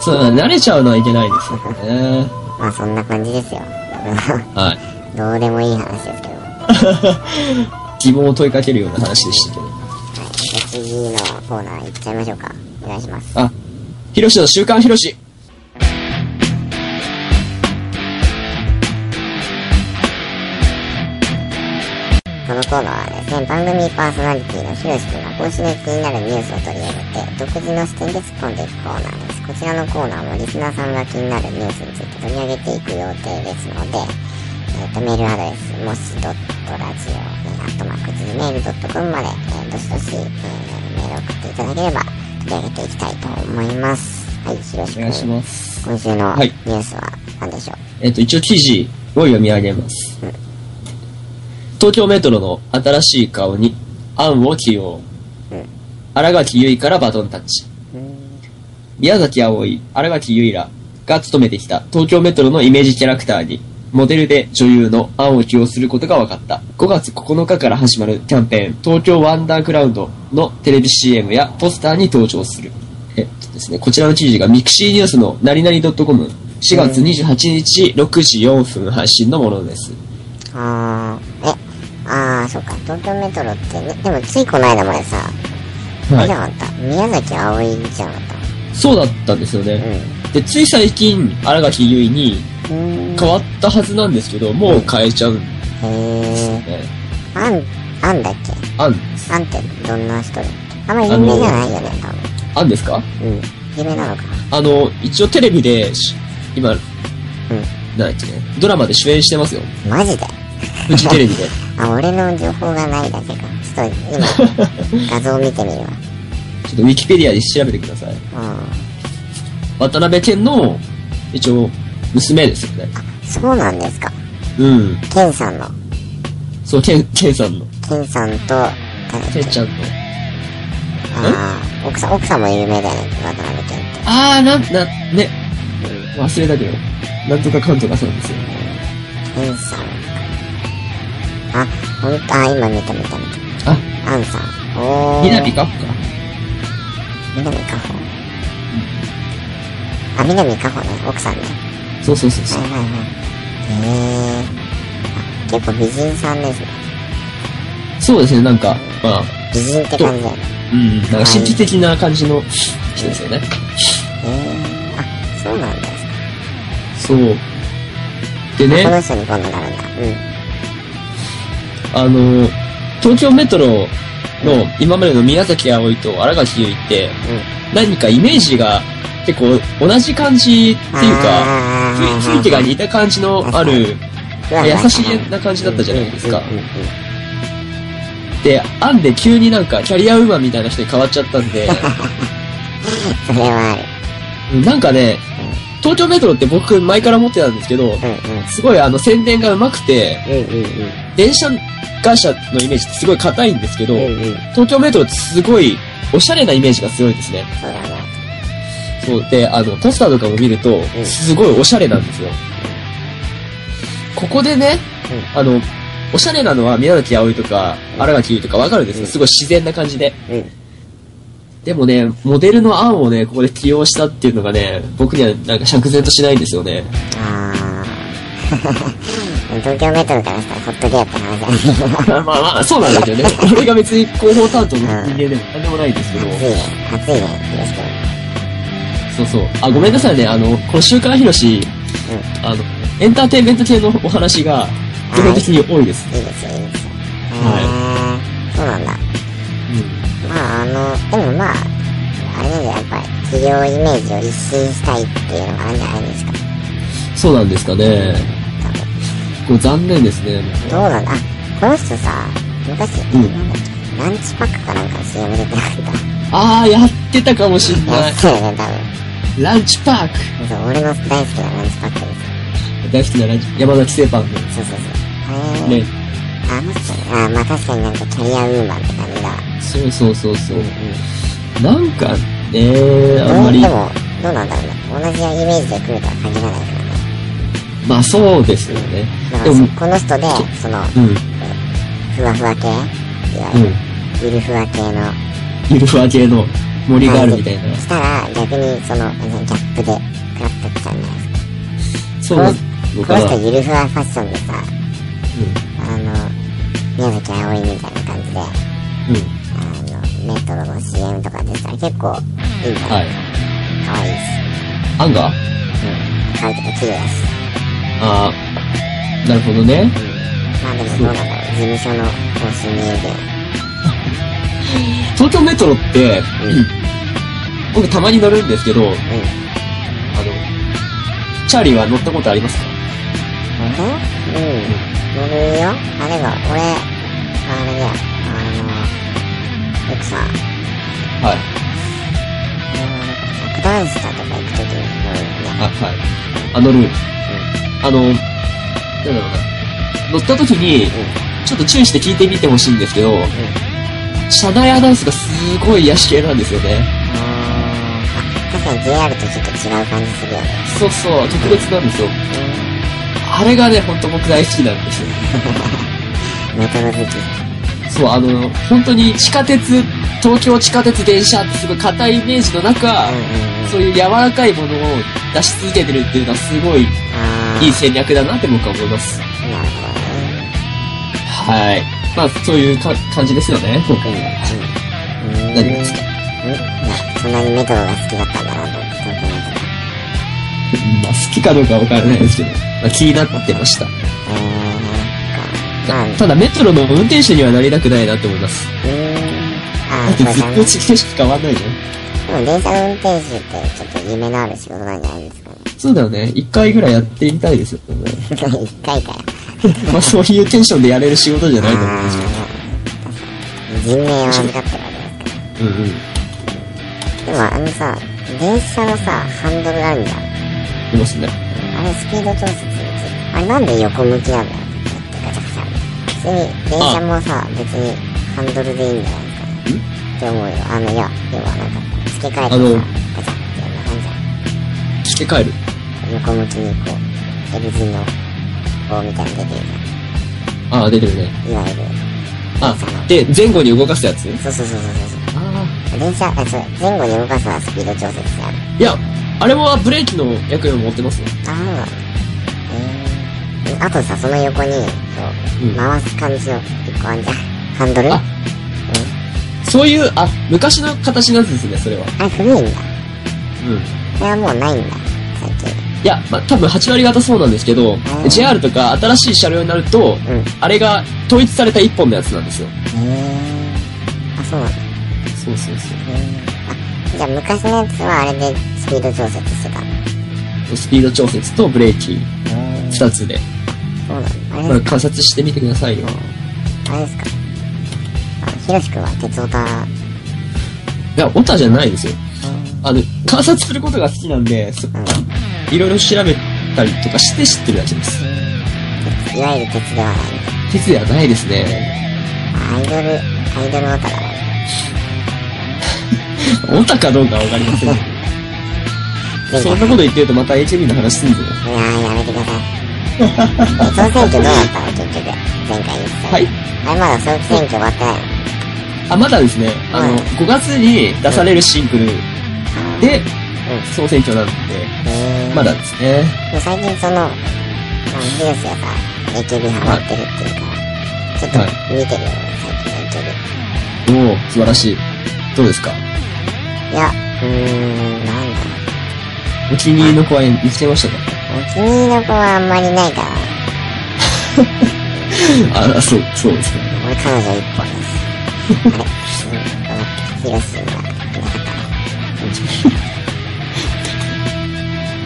そうだね。慣れちゃうのはいけないですよね。
まあそんな感じですよ。
はい。
*laughs* どうでもいい話ですけど。
*laughs* 疑問を問いかけるような話でしたけど。
はい。じゃあ次のコーナー行っちゃいましょうか。お願いします。
あ、ひろしの週刊ひろし。
このコーナーはですね、番組パーソナリティのひろし君が今週の気になるニュースを取り上げて、独自の視点で突っ込んでいくコーナーです。こちらのコーナーもリスナーさんが気になるニュースについて取り上げていく予定ですので、えっ、と、メールアドレス、もしドットラジオ、えー、アットマーク Gmail.com まで、えー、どしどし、えーメールを送っていただければ、取り上げていきたいと思います。はい、ひろし
お願いし
君、
ます。
今週の
は
ニ
い
ュースは何でしょう、
えっ、と、一応記事を読み上げます。東京メトロの新しい顔に、アンを起用。
うん
新垣結衣からバトンタッチ。宮崎葵、新垣結衣らが務めてきた東京メトロのイメージキャラクターに、モデルで女優のアンを起用することが分かった。5月9日から始まるキャンペーン、東京ワンダークラウンドのテレビ CM やポスターに登場する。えっとですね、こちらの記事がミクシーニュースの何々 .com4 月28日6時4分配信のものです。
あー、え、あー、そうか、東京メトロってね、でもついこの間までさ、あれじゃなかった、宮崎あおいじゃなかっ
そうだったんですよ
た。う
ね。
ん。
で、つい最近、新垣結衣に
うーん。
変わったはずなんですけど、もう変えちゃうんで
へ
す
ー。
ね。
あん、あんだっ
アン
けあんってどんな人あんまり有名じゃないよね、多
アンですか
分。うん。有名なのか
あの、一応テレビでし、今、
う
なんだっけね、ドラマで主演してます *laughs* よ。
なマジで
フジテレビで。
あ、俺の情報がないだけか。ちょっと *laughs* 今、画像見てみるわ。
ちょっとウィキペディアで調べてください。
うん。
渡辺謙の、一応、娘ですよね。
そうなんですか。
うん。
ケンさんの。
そう、ケン、ケンさんの。
ケンさんと、誰だっ
ケ
け
ンちゃんの。
あー奥さん、奥さんも有名だよね、渡辺謙って。
あー、なん、な、ね。忘れたけど。なんとかかんとかそうですよ。
ケンさん。あ、ほんと、あ、今見た見た見
あ、
た。アンさん。おー。
みなみかほか。
南かほ。あ、南かほね、奥さんね。
そうそうそうそ
は
う
い。はいはい。へー。あ結構美人さんですね。
そうですね、なんか、まあ、
美人って感じだよね。
うん、なんか神秘的な感じの人ですよね。
へー。あ、そうなんですか。
そう。でね
こ、の人に今度なるんだ。
あの、東京メトロの今までの宮崎葵と荒垣結衣って
うん、うん。
何かイメージが結構同じ感じっていうか、
あー
雰囲気が似た感じのある、
ふわふわ
優しげな感じだったじゃないですか
うんうんうんうん
で、アンで急になんかキャリアウーマンみたいな人に変わっちゃった
*laughs*
んで、
それはある。
なんかね、東京メトロって僕前から持ってたんですけど、
うん
すごいあの宣伝が上手くて、
うん。うんうんうん。
電車会社のイメージってすごい硬いんですけど、
うんうん。
東京メトロってすごいおしゃれなイメージが強いですね。
そうだね。
そう。で、あの、ポスターとかも見ると、
うん
すごいおしゃれなんですよ。ここでね、あの、おしゃれなのは宮崎葵とか、
うん
荒垣結衣とかわかるんですよ。
うん
すごい自然な感じで。
うん。うん。
でもね、モデルの案をね、ここで起用したっていうのがね、僕にはなんか釈然としないんです
*laughs*
よね。
あー。東京メトロからしたらほっとけよって話だね。
まあまあ、そうなんですよね。俺が別に広報担当の人間でも何でもないんですけど。
暑いね。暑いね。よろしく。
そうそう。あ、ごめんなさいね。あの、この週刊ひろし、
う
あの、エンターテインメント系のお話が、基本的に多いです。
いいですよ、いいですよ。
は
へー。そうなんだ。
うん。
まあ、あの、でもまあ、あれなんだよ、やっぱり、企業イメージを一新したいっていうのがあるんじゃないですか。
そうなんですかね。
多分
これ残念ですね。
どうなんだあ、この人さ、昔、
うん
なんだっけランチパックかなんかの CM 出てなかっ
あー、やってたかもしん
た。
な
や
い
っ。たよね、多分。
ランチパーク。
そう、俺の大好きなランチパック
大好きなランチ、山崎製パンの。
です。そうそうそう。あれ、
ね。
あ、もしかしてあ、まあ確かになんかキャリアウーマンって感じだ。
そうそうそうそう。
う
なんかね、あんまり
で、も、どうなんだろうね。同じイメージで来るとは限らないからね。
まあそうですよね。
だか
で
ら
も
そ、この人で、その、
うん、
ふわふわ系いわ
う
ゆる
ん、。
ゆるふわ系の。
ゆるふわ系の森があるみたいな。
したら、逆にその、あのギャップで、クラッときちゃうんじゃないですか。
そうなの
こ
か
の
な。う
人
ん
ゆるふわファッションでさ、あの、宮崎あおいみたいな感じで、あ
うん。
の、メトロの CM とか出たら結構いいんじゃな
はいい。
かわいい
アンガー
し。うん。顔とか綺麗だし。
ああ、なるほどね。
まあでもどうなんだろう。事務所の方針によるけど。
東京メトロって、
うん
僕たまに乗るんですけど、あの、
うん。
チャーリーは乗ったことありますか
えうん。乗るよあ、でも俺、あれだよ。あの、よくさ、
はい。
うん、ダンスタとか行くときに乗るよね。
あ、はい。あ、乗る。あの、なんだろうな。乗った時に、ちょっと注意して聞いてみてほしいんですけ
う
ど、
ん。うん。
車内アナウンスがすごい癒し系なんですよね。
あーあ、確かに JR とちょっと違う感じするよね。
そうそう、特別なんですよ。あれがね、ほんと僕大好きなんですよ。
メトロ好き。
そう、あの、本当に地下鉄、東京地下鉄電車ってすごい硬いイメージの中、
うん
そういう柔らかいものを出し続けてるっていうのはすごい
あー
いい戦略だなって僕は思います。
なるほどね。
はい。まあ、そういうか感じですよね、今回は。
うん。うん。
何ですか
うんいやそんなにメトロが好きだったんだなと思って、東京メトロ。
まあ、好きかどうかわからないですけど、まあ、気になってました。
えー、そっか。まあ、う
ただ、メトロの運転手にはなりたくないなって思います。
ーん。あ
だっ
ー、
て
そうだね。
ずっと地形しか変わんないじゃん。
でも電車の運転手ってちょっと夢のある仕事なんじゃないですかね。
そうだよね。一回ぐらいやってみたいですよ *laughs* ね。
一回かよ。
まあ、そういうテンションでやれる仕事じゃ
あ
ないと思うんですよ。
ー人命を預かってるわけですから。
うんうん。
でもあのさ、電車のさ、ハンドルあるじゃん。
いますね。
あれスピード調節につあれなんで横向きなんだよ。ガチャガチャ。普通に電車もさ、別にハンドルでいいんじゃないかなって思うよ。あの、いや、要はなんか、付け替えてさ、ガ
あ
チャって
の
やるのあるじ
して帰る。
ゃん。横向きにこう、L 字の棒みたいに出てる
ああ、出てるね。
じゃん。いわゆる。
あ、で、前後に動かすやつ
そうそうそうそうそう
ああ。
そう。電車、あ、そう、前後に動かすのはスピード調節である。
いや、あれはブレーキの役目も持ってますよ。
ああ、えー、あとさ、その横に、そう
うん
回す感じの一個あんじゃん。ハンドル
あ
あ
そういう、あ、昔の形のやつですね、それは。
れ古いんだ。
うん。い
これはもうないんだ、最近。
や、まあ、多分8割方そうなんですけど、
ん
JR とか新しい車両になると、
うん。
あれが統一された一本のやつなんですよ。
へー。あ、そうなんだ。
そうそうそ
あ、じゃあ昔のやつはあれでスピード調節してた。
う。スピード調節とブレーキ
へ
2つで。
そうなんだ。あれ
これ観察してみてくださいよ。
あれですかひろしくんは鉄オタ、
いや、オタじゃないですよ。あの、観察することが好きなんで、そいろいろ調べたりとかして知ってるだけです。
鉄いわゆる鉄ではない。
鉄ではないですね。
アイドル、アイドルオタだから。
オタかどうかはわかりませんけど。そんなこと言ってるとまた HB の話すんぞ。
いやー、やめてくださ
*laughs*
い。え総選挙どうだったの結局。前回言ってた。
はい。
あれまだ総選挙終わってないの
あ、まだですね、あの、
うん
5月に出されるシングルで、
う
総選挙なんで、
ん。へー
まだですね。
で最近その、まあ、ヒロシがさ、AKB ハマってるっていうから、ちょっと見てるよ、最近 AKB。
おお素晴らしい。どうですか
いや、うーん、なんだろう。
お気に入りの子は生きてましたか
お気に入りの子はあんまりないから、
*laughs* あ、そう、そうですね。
俺彼女一本だし。あれ、うん、ヒロシがいなかったな。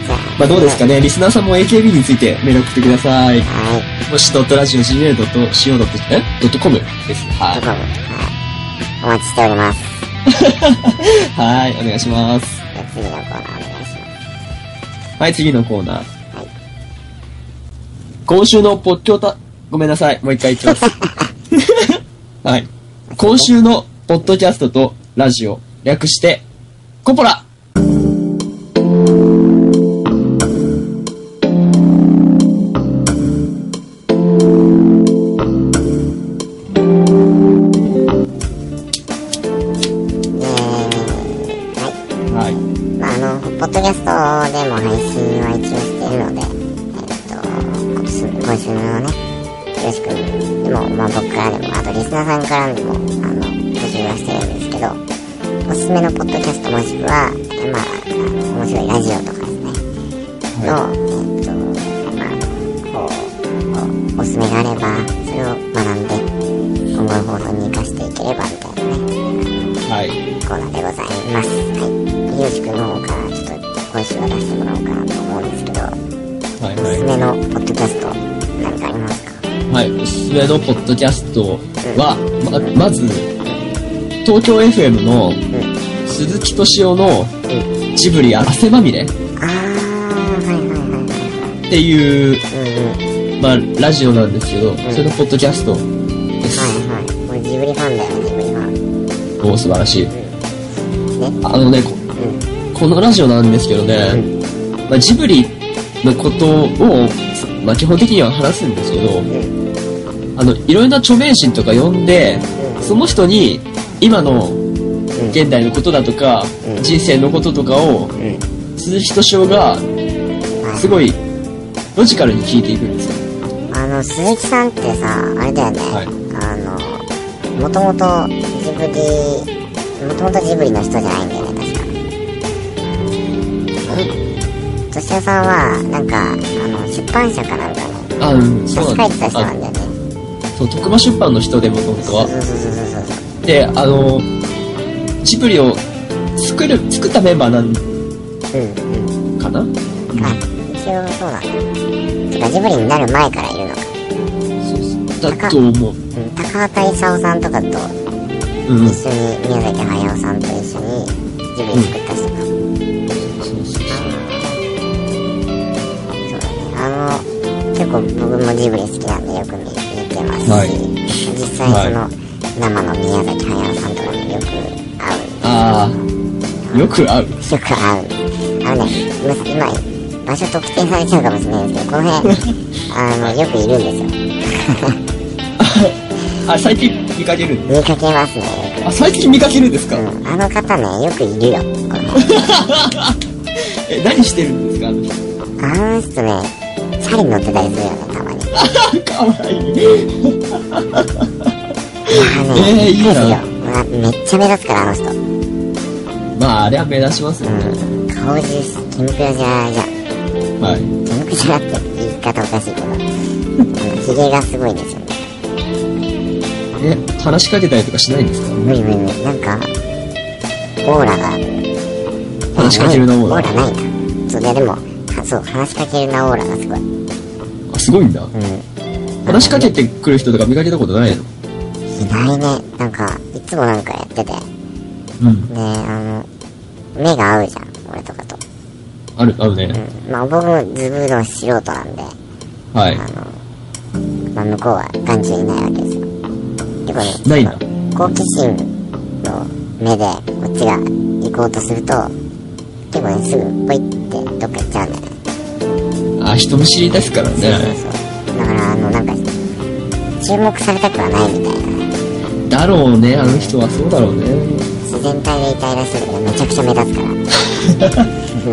じゃあ、
*laughs* まあどうですかね、リスナーさんも AKB についてメール送ってくださ
は
い。
い。
もし .radio.gmail.co.com え .com です。は
どこ。も、
い
はい。お待ちしております。
*laughs* はい、お願いします。
じゃあ次のコーナーお願いします。
はい、次のコーナー。今週のポッチョタ、ごめんなさい、もう一回言いきます。はい。今週のポッドキャストとラジオ、略して、コポラ
えーは
はい。
い。まあ、あの、ポッドキャストでも配信は一応しているので、えっと、今週今週のね、よろしく、でも、まあ僕からでも、あとリスナーさんからでも、あの、募集はしてるんですけど、おすすめのポッドキャストもしくは、まあ、あの面白いラジオとかですね、
は
の、えっと、まあ、こう、こうおすすめがあれば、それを学んで、今後の放送に生かしていければ、みたいなね。
はい。
コーナーでございます。はい。ゆうしくんの方からちょっと今週は出してもらおうかなと思うんですけど、
はい、
お
は
す
い
す。めのポッドキャスト、なんかありますか
はい、おすすめのポッドキャストは、ままず、東京 FM の
うん。うん。
鈴木敏夫のジブリ汗まみれっ
あー、はいはいは
ていう、
いはい。うんうん。はい
まあ、ラジオなんですけど、それのポッドキャストです。
はい。俺ジブリファンだよ、ジブリファン。
お素晴らしい。
ね。
あのね、こ
うん。
このラジオなんですけどね、まあ、ジブリのことを、まあ、基本的には話すんですけど、
うん。
あの、いろいろな著名人とか呼んで、その人に、今の
うん。
現代のことだとか、
うん
人生のこととかを、
うん。
鈴木敏夫が
はい
すごいロジカルに聞いていくんですよ。
あの、鈴木さんってさ、あれだよね。
はい
あの、もともとジブリ、もともとジブリの人じゃないんだよね、確か。土屋さんはなんかあの出版社かなんかに
あ、うん、
差
そ
し
うな
替え
ん
てた
です。
人なんだ
あ
よね
そう、徳間出版の人でもともと
そう
は。
そうそうそうそうそう
で、あの、ジブリを作る、作ったメンバーなん
うんうん
かな
あ一応そうなんだてかジブリになる前からいるのか、
そうそう。だと思
う
う。
ん、高畑勲さんとかと一
うん。そう
緒に宮崎駿さんと一緒にジブリ作った人か、
そうそう。
そうだねあの結構僕もジブリ好きなんでよく見見てますし、
はい
実際その、生の宮崎駿さんとかによく会うんで
ああ、よく合う。
よく合う。あのね、む今、場所特定されちゃうかもしれないですけど、この辺、あの、よくいるんですよ。
あ、最近見かける
見かけますね、よ
あ、最近見かけるんです
く。
か
うん、あの方ね、よくいるよ、この辺。
え、何してるんですかあの人
あの人ね、チャリ乗ってたりするよね、たまに。い
かわいい。
やーね、
*laughs* えーいい
で
な
すよ。うわめっちゃ目立つから、あの人。う
まあ、あれは目立ちますよね。
ん、顔中、キンプラじゃ、じゃ、
はい。
キンプラじゃって言い方おかしいけど、あの、ヒゲがすごいんですよね。
ね、話しかけたりとかしないんですか
無理無理無理。なんか、オーラがある。
話しかけるなも
オ
ん
ー
だ
ラ。ないなそうねでもはそう話しかけるなオーラがすごいうん
あ、すごいんだ。話しかけてくる人とか見かけたことないの
いないねなんか一つもなんかやってて、
うん。
で、あの、目が合うじゃん、俺とかと。
ある、あるね。
うん。まあ、僕もズブの素人なんで、
はい。
あの、まあ、向こうは眼中いないわけですよ。でもね、
ないんだ。
好奇心の目でこっちが行こうとすると結構ねすぐポイってどっか行っちゃうんだよね
あ、人見知りですからね。
そうだからあのなんか注目されたくはないみたいなね
だろうね、あの人はそうだろうね。
自然体でいたいらしいんだけどめちゃくちゃ目立つから
*laughs*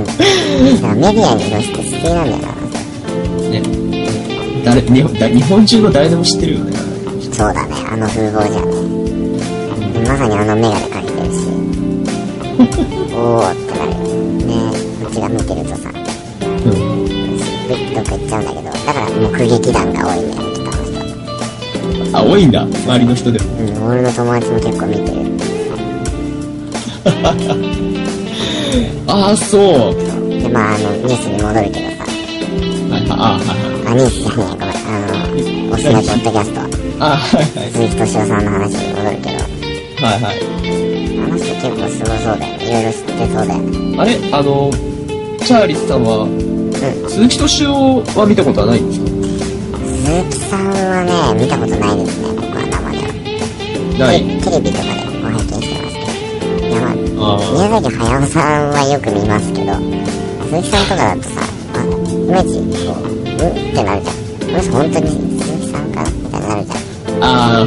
うんだからメディアに露出しすぎなんだよな
ね。誰、日本、だ日本中の誰でも知ってるよね。
そうだねあの風貌じゃねでまさにあの眼鏡かけてるしおーってなるよねねこっちが見てるとさ
うん。
どっか行っちゃうんだけどだから目撃談が多いね北の人
あ、多いんだ。周りの人でも。
うん俺の友達も結構見てる
ああ、そう。
でまああのニュースに戻るけどさ
はい、ああ、はい、はい。
あニュースじゃねえごめんあのおすすめポッドキャスト
あはい、は
鈴
い。
木敏夫さんの話に戻るけ
はい、はい。
どあの人結構すごそうだよねいろいろ知ってそうだよね
あれあの、チャーリスさんは、鈴木敏夫は見たことはないんですか
鈴木さんはね見たことないですね僕は生では
ない。
テレビとかでご拝見してますけどいやまあ
ああ、
宮崎駿さんはよく見ますけど鈴木さんとかだとさ、まあ、イメージこううんってなるじゃんこの人本当に鈴木さんかなみたいになるじゃん
ああ、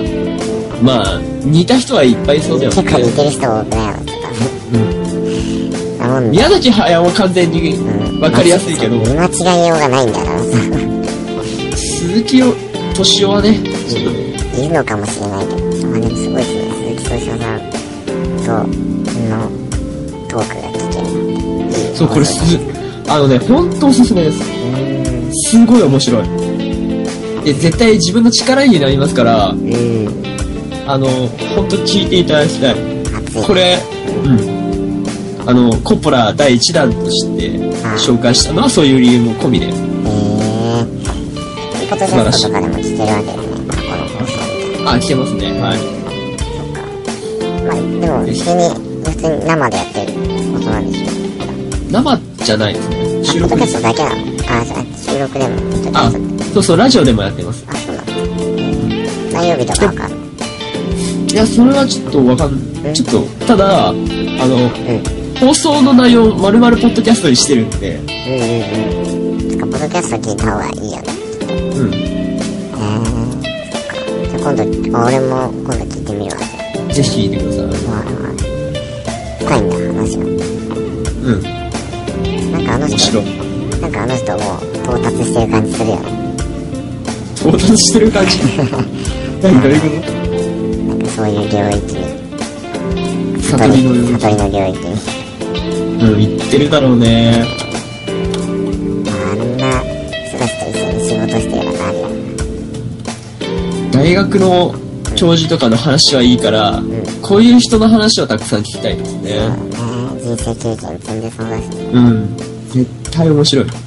まあ、似た人はいっぱいそうだよ
結構似
ね。
てる人多くないのとか
うん
なもんで
宮崎駿は完全に
うん
分かりやすいけど、
見間違いようがないんだからさ
鈴木を敏夫はね、
いるのかもしれないけどまあでもすごいですね鈴木敏夫さんとのトークが聞けるいい
そう、これす
面白い、
あのね、ほんとおすすめです。すごい面白い。で、絶対自分の力になりますから、
うんうん
あの、ほんと聞いていただきたい。
熱い
これ、うん。あの、コッポラ第1弾として紹介したのはそういう理由も込みで。
えー、ポッドキャストとかでも聞けるわけだね過去の放送
あ、来てますね。はい。
まあでも普通に普通に生でやってることなんでしょ
生じゃないですね。収
ポッド
録
キ
で
ャス。ト
す
だけなのあじゃあ収録でもポッドキャ
あ
ストで、
そうそう、ラジオでもやってます。
あそうなんだ何曜日とかわかんない
いや、それはちょっとわかんない。ちょっと、ただ、あの、
うん
放送の内容を丸々ポッドキャストにしてるんで、
うんうんうん。てか、ポッドキャスト聞いた方がいいよね。
うん。
えー、そっか。じゃあ今度、俺も今度聞いてみるわ。
ぜひ聞いてください。
まあまあ。深いんだ、話が。
うん。
なんかあの
面白
人
い、。
なんかあの人もう到達してる感じするよね。
到達してる感じ。 *laughs* 何どういうこ
なんかそういう領域に。
*laughs* と悟りのように。
悟りの領域に。
うん、言ってるだろうね。
まあ、あんな人たちと一緒に仕事してればなるよ。
大学の教授とかの話はいいから、こういう人の話はたくさん聞きたいですね。
ね人生経験積んでそうだし。そう
うん。絶対面白い。
です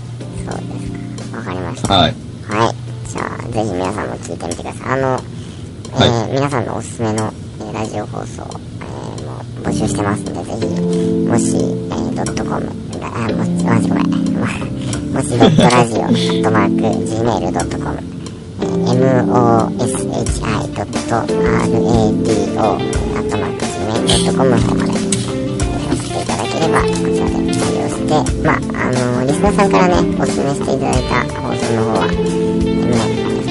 か。わかりました。
はい。
はい。じゃあ、ぜひ皆さんも聞いてみてください。あの、えー
は
皆さんのおすすめの、えーラジオ放送、えーもう募集してますので、ぜひ、もし、えー、ドットコム、あ、もし、もしごめん。 *laughs* もし、ドットラジオ、アットマーク、gmail.com、えー moshi.radio、アットマーク、gmail.com の方まで、えー送っていただければ、こちらで採用して、まあ、あのリスナーさんからね、おすすめしていただいた放送の方は、ね、2人で、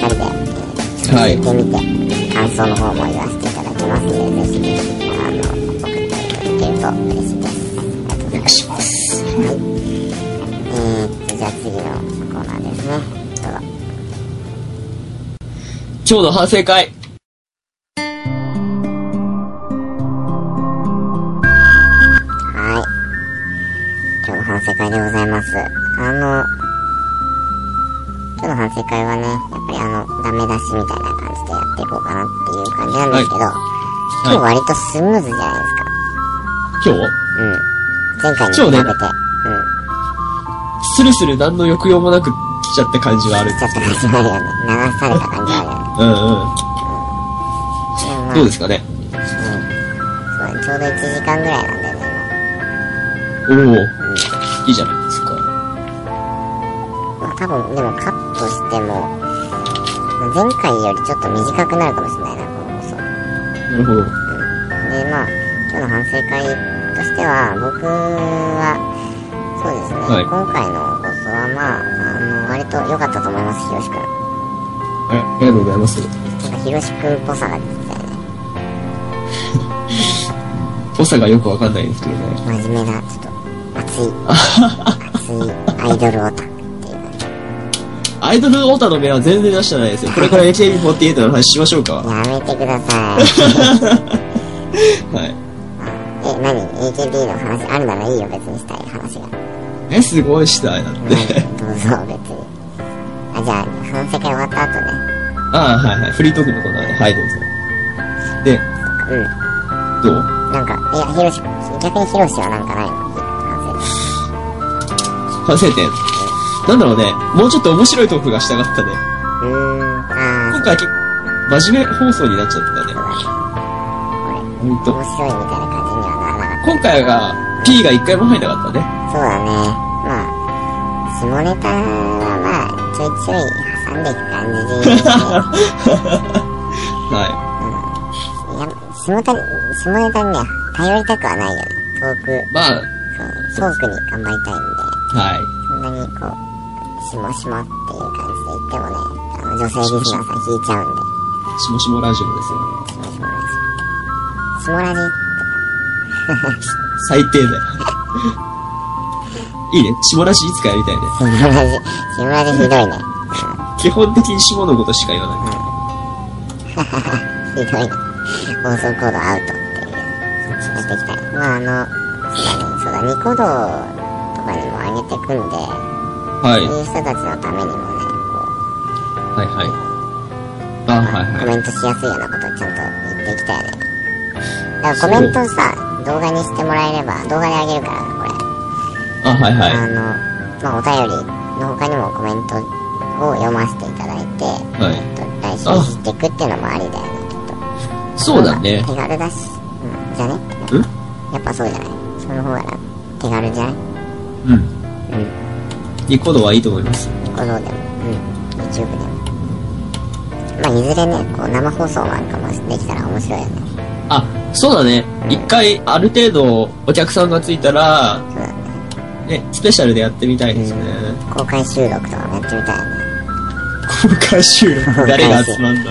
えー、ちょっと聞いてみて、
はい
感想の方も言わせていただきますので、ぜひぜひ、あの、送っていただけると嬉しいです。ありがとうございます。
ます。
はい。えー、じゃあ次のコーナーですね。どうぞ。
今日の反省会。
はい。今日の反省会でございます。あの、今日の反省会はね、やっぱりあの、ダメ出しみたいな感じでやっていこうかなっていう感じなんですけど、今日
は
割とスムーズじゃないですか。
今日
うん。前回に比べて、
そうね
うん。
スルスル何の抑揚もなく来ちゃった感じはある。
ちょっと始まるよね。流された感じあるよね。
うんうん。
でもまあ
どうですかね。
うんちょうど1時間ぐらいなんだよね、
おおいいじゃないですか。
今。まあ多分、でもカットしても、前回よりちょっと短くなるかもしれないな、この放送。
なるほど。
で、まあ、今日の反省会としては、僕は、そうですね、
はい
今回の放送はまあ、あの、割と良かったと思います、ひろしくん。
あありがとうございます。
なんか、ひろしくんっぽさが出てきたよね。
ぽさがよくわかんないですけどね。
真面目な、ちょっと、熱い、熱いアイドルオ *laughs* タっていう感じ。
アイドルオタの目は全然出してないですよ。これから AKB48 の話しましょうか。 *laughs* は
やめてください。
い。
え、何 ?AKB の話あるならいいよ、別にしたい話が。
え、すごいしたいだっ
うんど
て。
うぞ、別に。あ、じゃあ、反省会終わった後ね。
*laughs* ああ、はいはい。フリートークのコーナーで。はい、どうぞ。で、
うん。
どう
なんか、いや、ひろし、逆にひろしはなんかないの反省
反省点。なんだろうね。もうちょっと面白いトークがしたかったね。
うーん、あー、そ
今
う
回結構、真面目放送になっちゃったね。ほん
だね。
と。
面白いみたいな感じにはならなかっ
今回が、P が一回も入んなかったね。
た。
*laughs*
そうだね。まあ、下ネタはまあ、ちょいちょい挟んでいく感じで、
はい
や、下ネタ、下ネタにね、頼りたくはないよね。トーク
い。、まあ、
そう、トークに頑張りたいんで。
はい。
そんなにこう、しもしもっていう感じで言ってもね、あの女性リスナーさん引いちゃうんで、
しもしもラジオですよ。
しもしもラジオ。しもラジ
最低だよ。 *laughs* いいね。下らしいつかやりたいね。
しもラジ、しもラジひどいね。
基本的に下のことしか言わない。
ひどいね。放送コードアウトっていう、やっていきたい。まああの、そうだね、そうだ、ニコ動とかにも上げてくんで、
はい。
そういう人たちのためにもね、
はいはい。あ、はい
こう、コ
はい。
メントしやすいようなことをちゃんと言っていきたいよね。だからコメントをさ、動画にしてもらえれば、動画であげるから、これ。
あ、はいは
あ
い。
の、まあ、お便りの他にもコメントを読ませていただいて、
はい。
と来週していくっていうのもありだよね、きっと。
そうだね。
手軽だし、うん、じゃね
うん
やっぱそうじゃないその方がな、手軽じゃない
うん。
うん。
ニコ動はいいと思います。
小僧でも、うん。YouTube でも。まあ、いずれね、こう、生放送なんかもできたら面白いよね。
あ、そうだね。一回、ある程度、お客さんがついたら、
そうだね。
ね、スペシャルでやってみたいですね。
公開収録とかもやってみたいよね。
公開収録、誰が集まん
公
だ。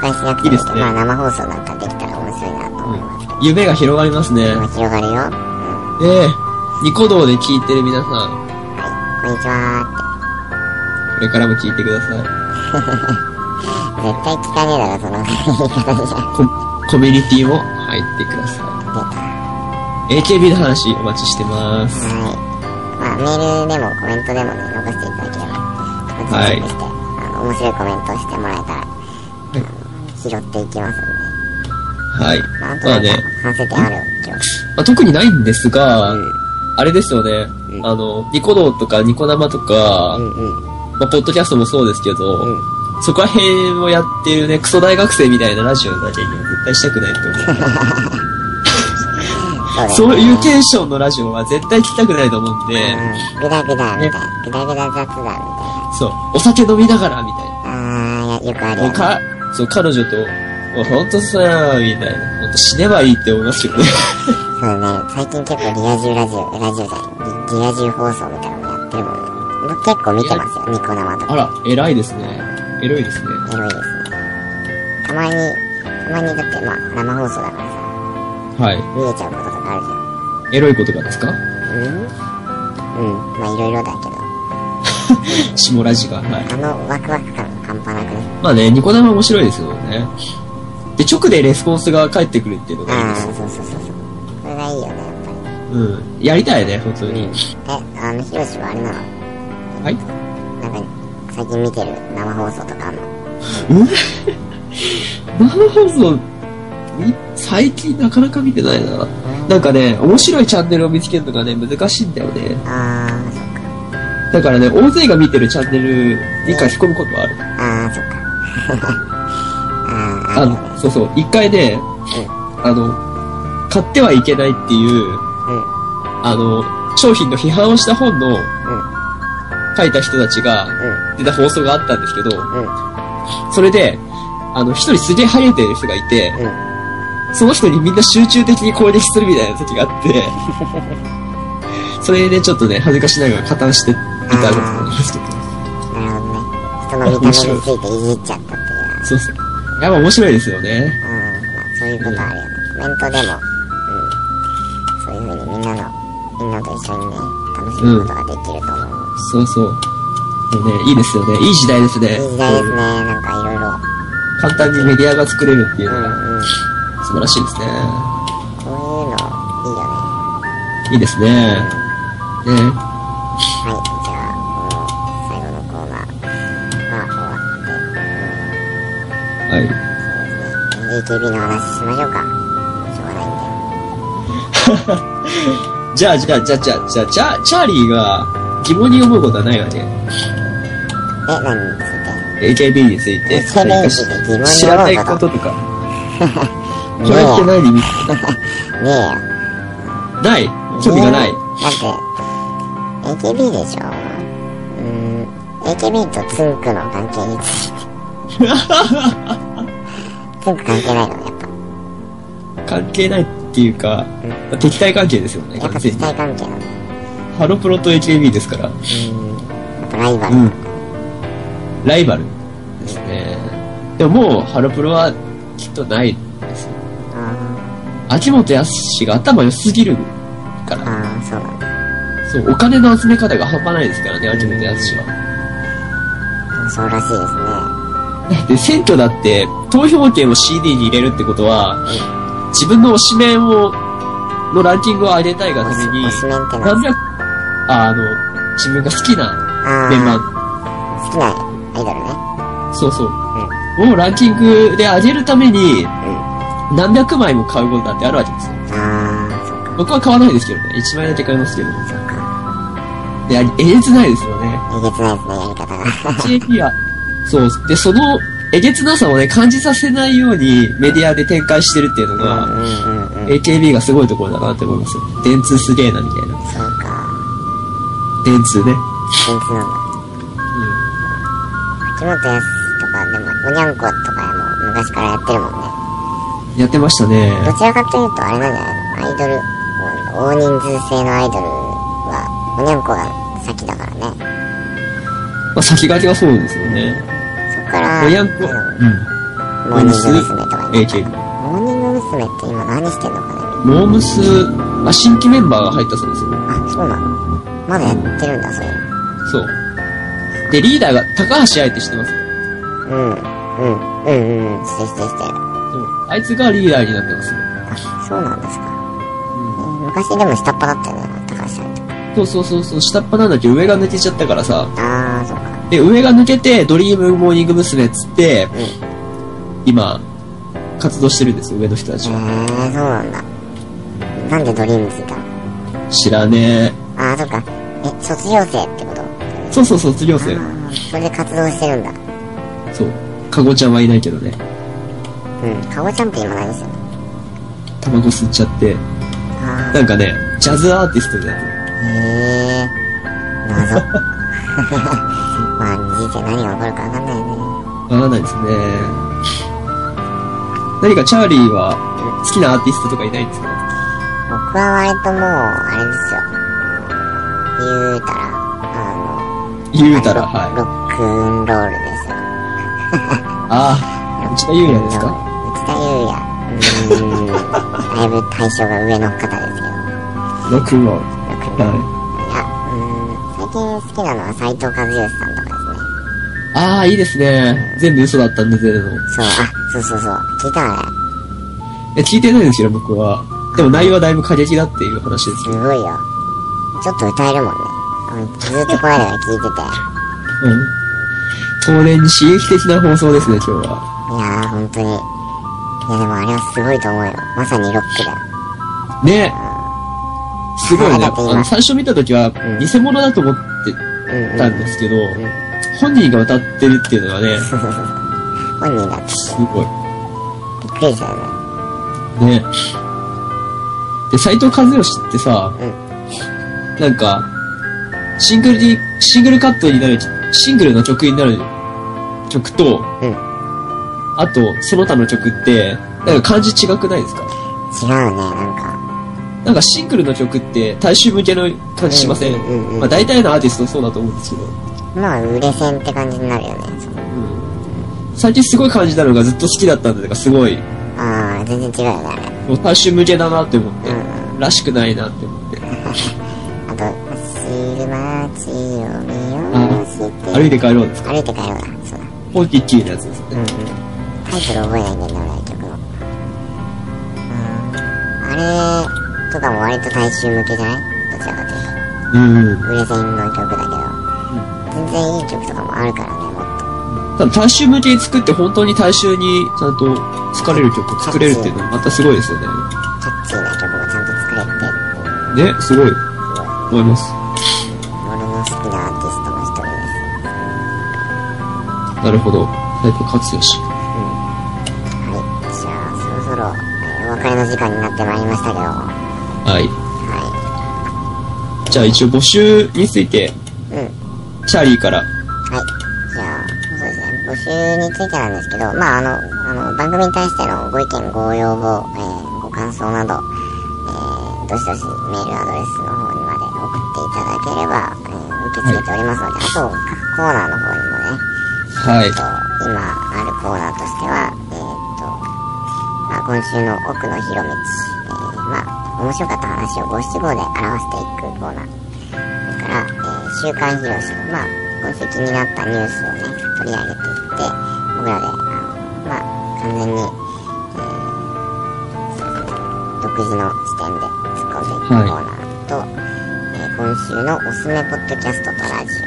開しなくても
いいで
いい
す
けど、
ね
まあ、生放送なんかできたら面白いなと思います。
夢が広がりますね。
今広がるよ。うん。
で、ニコ動で聞いてる皆さん、
はい、こんにちは
これからも聞いてください。
ーって。絶対聞かねえだろ、その言い方じゃ。
ココミュニティも入ってくださ
出た。
い。AKB の話お待ちしてます。
はい。まあ、メールでもコメントでもね、残していただければ、こっちにチェックして、あの、面白いコメントをしてもらえたら、
い
拾っていきますんで。
はい。
まあ、あと
ま
な
あ
んか
ね、
反省点ある今日。
まあ、特にないんですが、
うん
あれですよね、
うん
あの、ニコ動とかニコ生とか、
うんうん。
まあ、ポッドキャストもそうですけど、
うん
そこら辺をやってるね、クソ大学生みたいなラジオだけには絶対したくないと
*laughs* そうだよね。
思う。そういうテンションのラジオは絶対聞きたくないと思うんで、
うん。ぐだぐだみたいな。ぐだぐだ雑談みたいな。
そう、お酒飲みながらみたいな。
あー、いやよくある
も
よ
う
ね。
か、そう、彼女と、もうほんとさ、みたいな。ほんと死ねばいいって思いますけどね。
そうね、最近結構リア充ラジオ、ラジオじゃない、リリア充放送みたいなのもやってるもんね。僕結構見てますよ、ニコ生とか。
あら、 *laughs* 偉いですね。エロいですね。
エロいですね。たまに、たまにだってまあ生放送だからさ、
は
見えちゃうこととかあるじ
い。エロいことがですか *laughs*
ゃん。うんうん。まあいろいろだけど、
下ラジが。はい。
あのワクワク感が半端なくね。
まあね、ニコ生面白いですよね。で、直でレスポンスが返ってくるっていうのがいい
ああ、
です
そ
よ
う。そうそうそう。これがいいよね、やっぱり。
うん。やりたいね、本当に。
え、あの、ヒロシはあれなの
はい。 *laughs*
なんか、最近見てる生放送とかあんの
生放送、み最近なかなか見てないな。なんかね、面白いチャンネルを見つけるのがね、難しいんだよね。
ああ、そっか。
だからね、大勢が見てるチャンネルに書き込むことはある。
ああ、そっか。ああ、あ
あ
るよね。
の、そうそう、一回ね、あの、買ってはいけないってい
う
う、
ん、
あの、商品の批判をした本の
う
書いた人たちが
ん、
出た放送があったんですけど、
うん、うん、
それで、あの、一人すげえハゲてる人がいて、
うん。
その人にみんな集中的に攻撃するみたいな時が
*laughs*
あって、それでちょっとね、恥ずかしながら加担していたことがありますけど。
なるほどね。人の見た目についていじっちゃったっていうのは。
そうそう。やっぱ面白いですよね。
うん、まあそういうことあるよね。コメントでも、うん、そういうふうにみんなの、みんなと一緒にね、楽しむことができると思う。
そうそう。もうね、いいですよね。いい時代ですね。
いい時代ですね、なんかいろいろ。
簡単にメディアが作れるっていう
う
のが
んうん。
素晴らしいですね。
こういうの、いいよね。
いいですね。ね。
はい、じゃあ、この最後のコーナーは終わって、
はい。
うん、そうですね。AKB の話しましょうか。もうしょうがないんで。
じゃあ、じゃあ、じゃあ、じゃあ、じゃあ、じゃあ、チャーリーが疑問に思うことはないわね。
え、何について
AKB について。
AKB について疑問に思うこと
知らないこととか。
ねえ
嫌いってないに、
ねえよ。
ない興味がない。
だって、AKB でしょうーん、AKB とつんくの関係について。つんく関係ないのね、やっぱ。
関係ないっていうか、敵対関係ですよね、
やっ
完
ぱ
全
敵
に。
対関係なの。う
ハロプロと AKB ですから。
ーん。やっぱライバル。
うん。ライバルですね。でももう、ハロプロはきっとないですよ。
あ
秋元康が頭良すぎるか
ー
ら。
あー、そうなんだ。
そう、お金の集め方が半端ないですからね、秋元康は。
そうらしいですね。
で、選挙だって、投票権を CD に入れるってことは、自分の推しメンを、のランキングを上げたいがた
お
め
し、
に
お、しめんっての
な
は
んで、ああの、自分が好きな
あ
メン
ー
バー、
好きなアイドルね。
そうそう、をランキングで上げるために、何百枚も買うことだってあるわけですよ。
ああ、そっか、
僕は買わないですけどね。1枚だけ買いますけど。
そっか。
で、あれえげつないですよね。
えげつないですね、やり方が。
JP は。そう。で、その、えげつなさをね、感じさせないようにメディアで展開してる *laughs* っていうの
う
が、
んうんうん。
AKB がすごいところだなって思いますよ。電通すげえな、みたいな。
そうか。
電通ね。
全然なんだ。秋元康とか、でも、おにゃんことかも昔からやってるもんね。
うん。やってましたね。
どちらかというと、あれなんじゃないのアイドル、もう大人数制のアイドルは、おにゃんこが先だからね。
まあ、先駆けはそうですよね。
そこから、
おやんこ。
あの
う
モーニング娘。とか
ん。
に。
AKB。
モーニング娘。って今何してんのかね
モームス、あ、新規メンバーが入ったそうですよ。
あ、そうなのまだやってるんだ、それ。
そう。で、リーダーが高橋愛って知ってます
うん。うん。うんうん。してるしてるしてる。
そう。あいつがリーダーになってますね。
あ、そうなんですか。昔でも下っ端だったよね、高橋さんとか。
そうそうそうそう、下っ端なんだけど上が抜けちゃったからさ。
あー、そうか。
で、上が抜けて、ドリームモーニング娘。っつって、
うん。へ
今、活動してるんですよ、上の人たちは。
ー、そうなんだ。なんでドリームズいたの
知らね
ああ、そっか。え、卒業生ってこと
え。そうそう、卒業
あ
生。
ーそれで活動してるんだ。
そう。かごちゃんはいないけどね。
うん。かごちゃんって今何してるの
タバコ吸っちゃって。
あ
なんかね、ジャズアーティストになってる。
あ、へえ。謎。 *laughs* まあ、人生何が起こるかわかんないよね。
わかんないですね。何かチャーリーは、好きなアーティストとかいないんですか
僕は割ともう、あれですよ。言うたら、あの、
言うたら、はい。
ロックンロールですよ。
ああ、内田優也ですか
内田優也。うーん。 *laughs* だいぶ対象が上の方ですけど。
ロックンロー
ロ
ル。
ックンロール。
は
や、う
い
ーん、最近好きなのは斉藤和義さんとかですね。
い。ああ、いいですね。全部嘘だったんで、全部。
そう、あ、そうそうそう。聞いたわね。
え、聞いてないんですよ、僕は。でも内容はだいぶ過激だっていう話ですす
ご
よ。
いよ。ちょっと歌えるもんね。うんずーっとこの間聞いてて。
うん。当然に刺激的な放送ですね、今日は。
いやー、本当に。いや、でもあれはすごいと思うよ。まさにロックだよ。
ね。すごいね。
だ
あ
って今
の、最初見た時は、偽物だと思って
うん、うん。
たんですけど
ん、
本人が歌ってるっていうのがね、
*laughs* 本人だって
すご
びっくりしたよね。
い。ね。で、斎藤和義ってさ、
うん
なんか、シングルディ、シングルカットになる、シングルの曲になる曲と、
うん
あと、その他の曲って、なんか漢字違くないですか
違うね、なんか。
なんかシングルの曲って大衆向けの感じしません、
うんうんうんうん
まあ大体のアーティストそうだと思うんですけど、
まあ、売れ線って感じになるよね。その
最近すごい感じたのがずっと好きだったんだとか、すごい、
ああ、全然違うよね、あれ。
もう大衆向けだなって思って、
うん
らしくないなって思って、
あと、走る街を見よ
あ
うして。
歩いて帰ろうですか。
歩いて帰ろうだ。そうだ。
ポンキッキーのやつです
うん
ね。
うん。タイトル覚えないんだよね、俺、曲の。うん。あれとかも割と大衆向けじゃないどちらかというと。
うん。
売れ線の曲だけど。全然いい曲とかもあるからね、もっと。
ただ大衆向けに作って本当に大衆にちゃんと好かれる曲を作れるっていうのはまたすごいですよ
キャッチーな曲もちゃんと作れてっていう、
ね。ね、すごい
すごい。
思います。
俺の好きなアーティストの一人です。
なるほど。タイプ活用し。
はい。じゃあ、そろそろ、えーお別れの時間になってまいりましたけど。は
はい。じゃあ一応募集について、
い。うん。
チャーリーから。
はい。じゃあ、そうですね。募集についてなんですけど、まあ、あの、あの、番組に対してのご意見、ご要望、えーご感想など、えーどしどしメールアドレスの方にまで送っていただければ、えー受け付けておりますので、あと、各コーナーの方にもね、
はい
えっと。今あるコーナーとしては、えーっと、まあ、今週の奥の広道、えーまあ、面白かった話を五七五で表していくコーナー。それから、えー週刊広し、まあ、今週気になったニュースをね、取り上げていって、僕らで、あの、まあ、完全に、えーそうですね独自の視点で突っ込んでいくコーナーと、えー今週のおすすめポッドキャストとラジオ。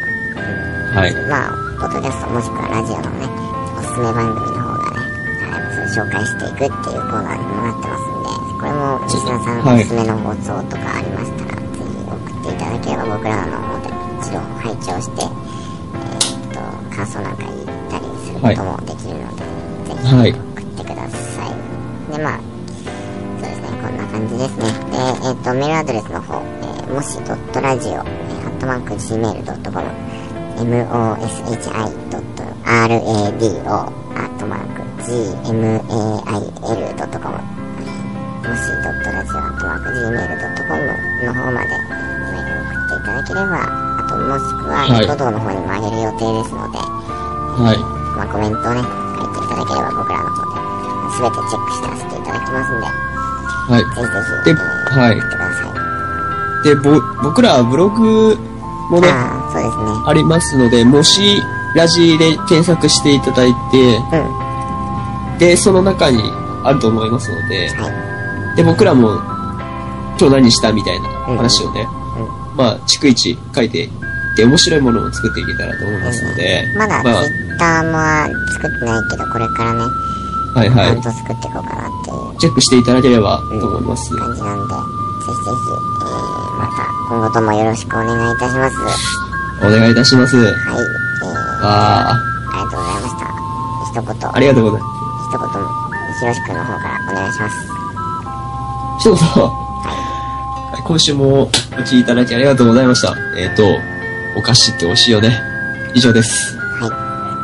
はい。
まあ、ポッドキャストもしくはラジオのね、おすすめ番組の方がね、はいそう紹介していくっていうコーナーにもなってますんで、これもリスナーさん
はい
おすすめの放送とかありましたら、ぜひ送っていただければ僕らの方で一度拝聴して、えーっと、感想なんか言ったりすることもできるので、
は
ぜひ
い
送ってください。で、まあ、そうですね、こんな感じですね。で、えっ、と、メールアドレスの方、えー、もしドットラジオ、えー、アットマーク Gmail.com、moshi.radio、アットマーク Gmail.com、もしドットラジオ、アットマーク Gmail.com の方までメールを送っていただければ、あと、もしくは、
はい
レコードの方にもあげる予定ですので、
は
まあ、コメントをね、書いていただければ僕らの方で、すべてチェックしてさせていただきますんで、
い。はい。
ぜひぜひ、
で
えー
はい
送ってください。
で、ぼ、僕らはブログもね、
ああ、そうですね。
ありますので、もし、ラジで検索していただいて、
うん。
で、その中にあると思いますので、
は
で、僕らも、今日何したみたいな話をね、
うんうん
まあ、逐一書いていって、面白いものを作っていけたらと思いますので
い。、まだツ
まあ、
イッターも作ってないけど、これからね、
はいは
アカウン
い。
ト作っていこうかなっていう
チェックしていただければと思います。
感じなんで、ぜひぜひ、えー、また今後ともよろしくお願いいたします。
お願いいたします。
はい、えー、
ああ、
ありがとうございました。一言、
ありがとうございま
一言、ひろしくんの方からお願いします。
す。そうそう。今週もお聞きいただきありがとうございました。えっ、と、お菓子って美味しいよね。以上です。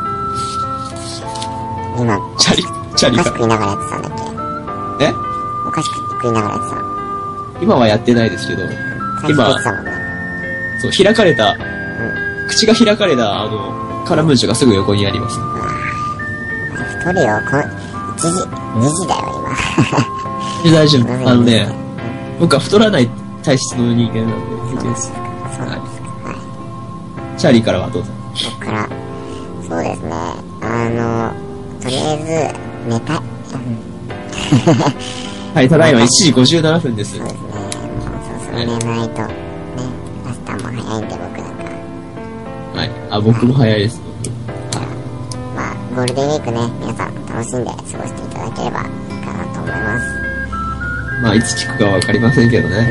はい。今、お
チャリ、チャリ
菓子
が。
食いながらやってたんだっけ
え
お菓子食いながらやってたの。
今はやってないですけど、
最初
今
言ってたもんね。
そう、開かれた、
うん。
口が開かれた、あの、カラムーチョがすぐ横にあります。
太るよ、この、1時、2時だよ、今。 *laughs*
大丈
ごめん
夫。あのね、僕は太らない体質の人間なんで、平気です。
そうなんですか。はい。
チャーリーからはどうぞ。
僕から、そうですね、あの、とりあえず、寝たい。うん
はい、ただいま1時57分です
そう。ですね、もうそろそろ寝ないと、ね、明日も早いんで僕なんか、
はい。あ、僕も早いです。
まあ、ゴールデンウィークね、皆さん楽しんで過ごしていただければいいかなと思います。
まあ、いつ聞くかわかりませんけど
うん。
ね。
ゴー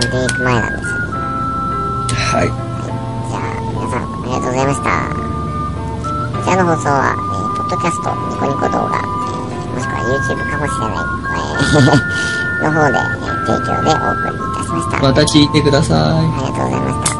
ルデンウィーク前なんですよね。
はい。
じゃあ、皆さん、ありがとうございました。こちらの放送は、えー、ポッドキャスト、ニコニコ動画、えーもしくは *laughs* YouTube かもしれない、えーの方で、えー
提供でお送りいたしました。
また聞いてください。
ありがとうございました。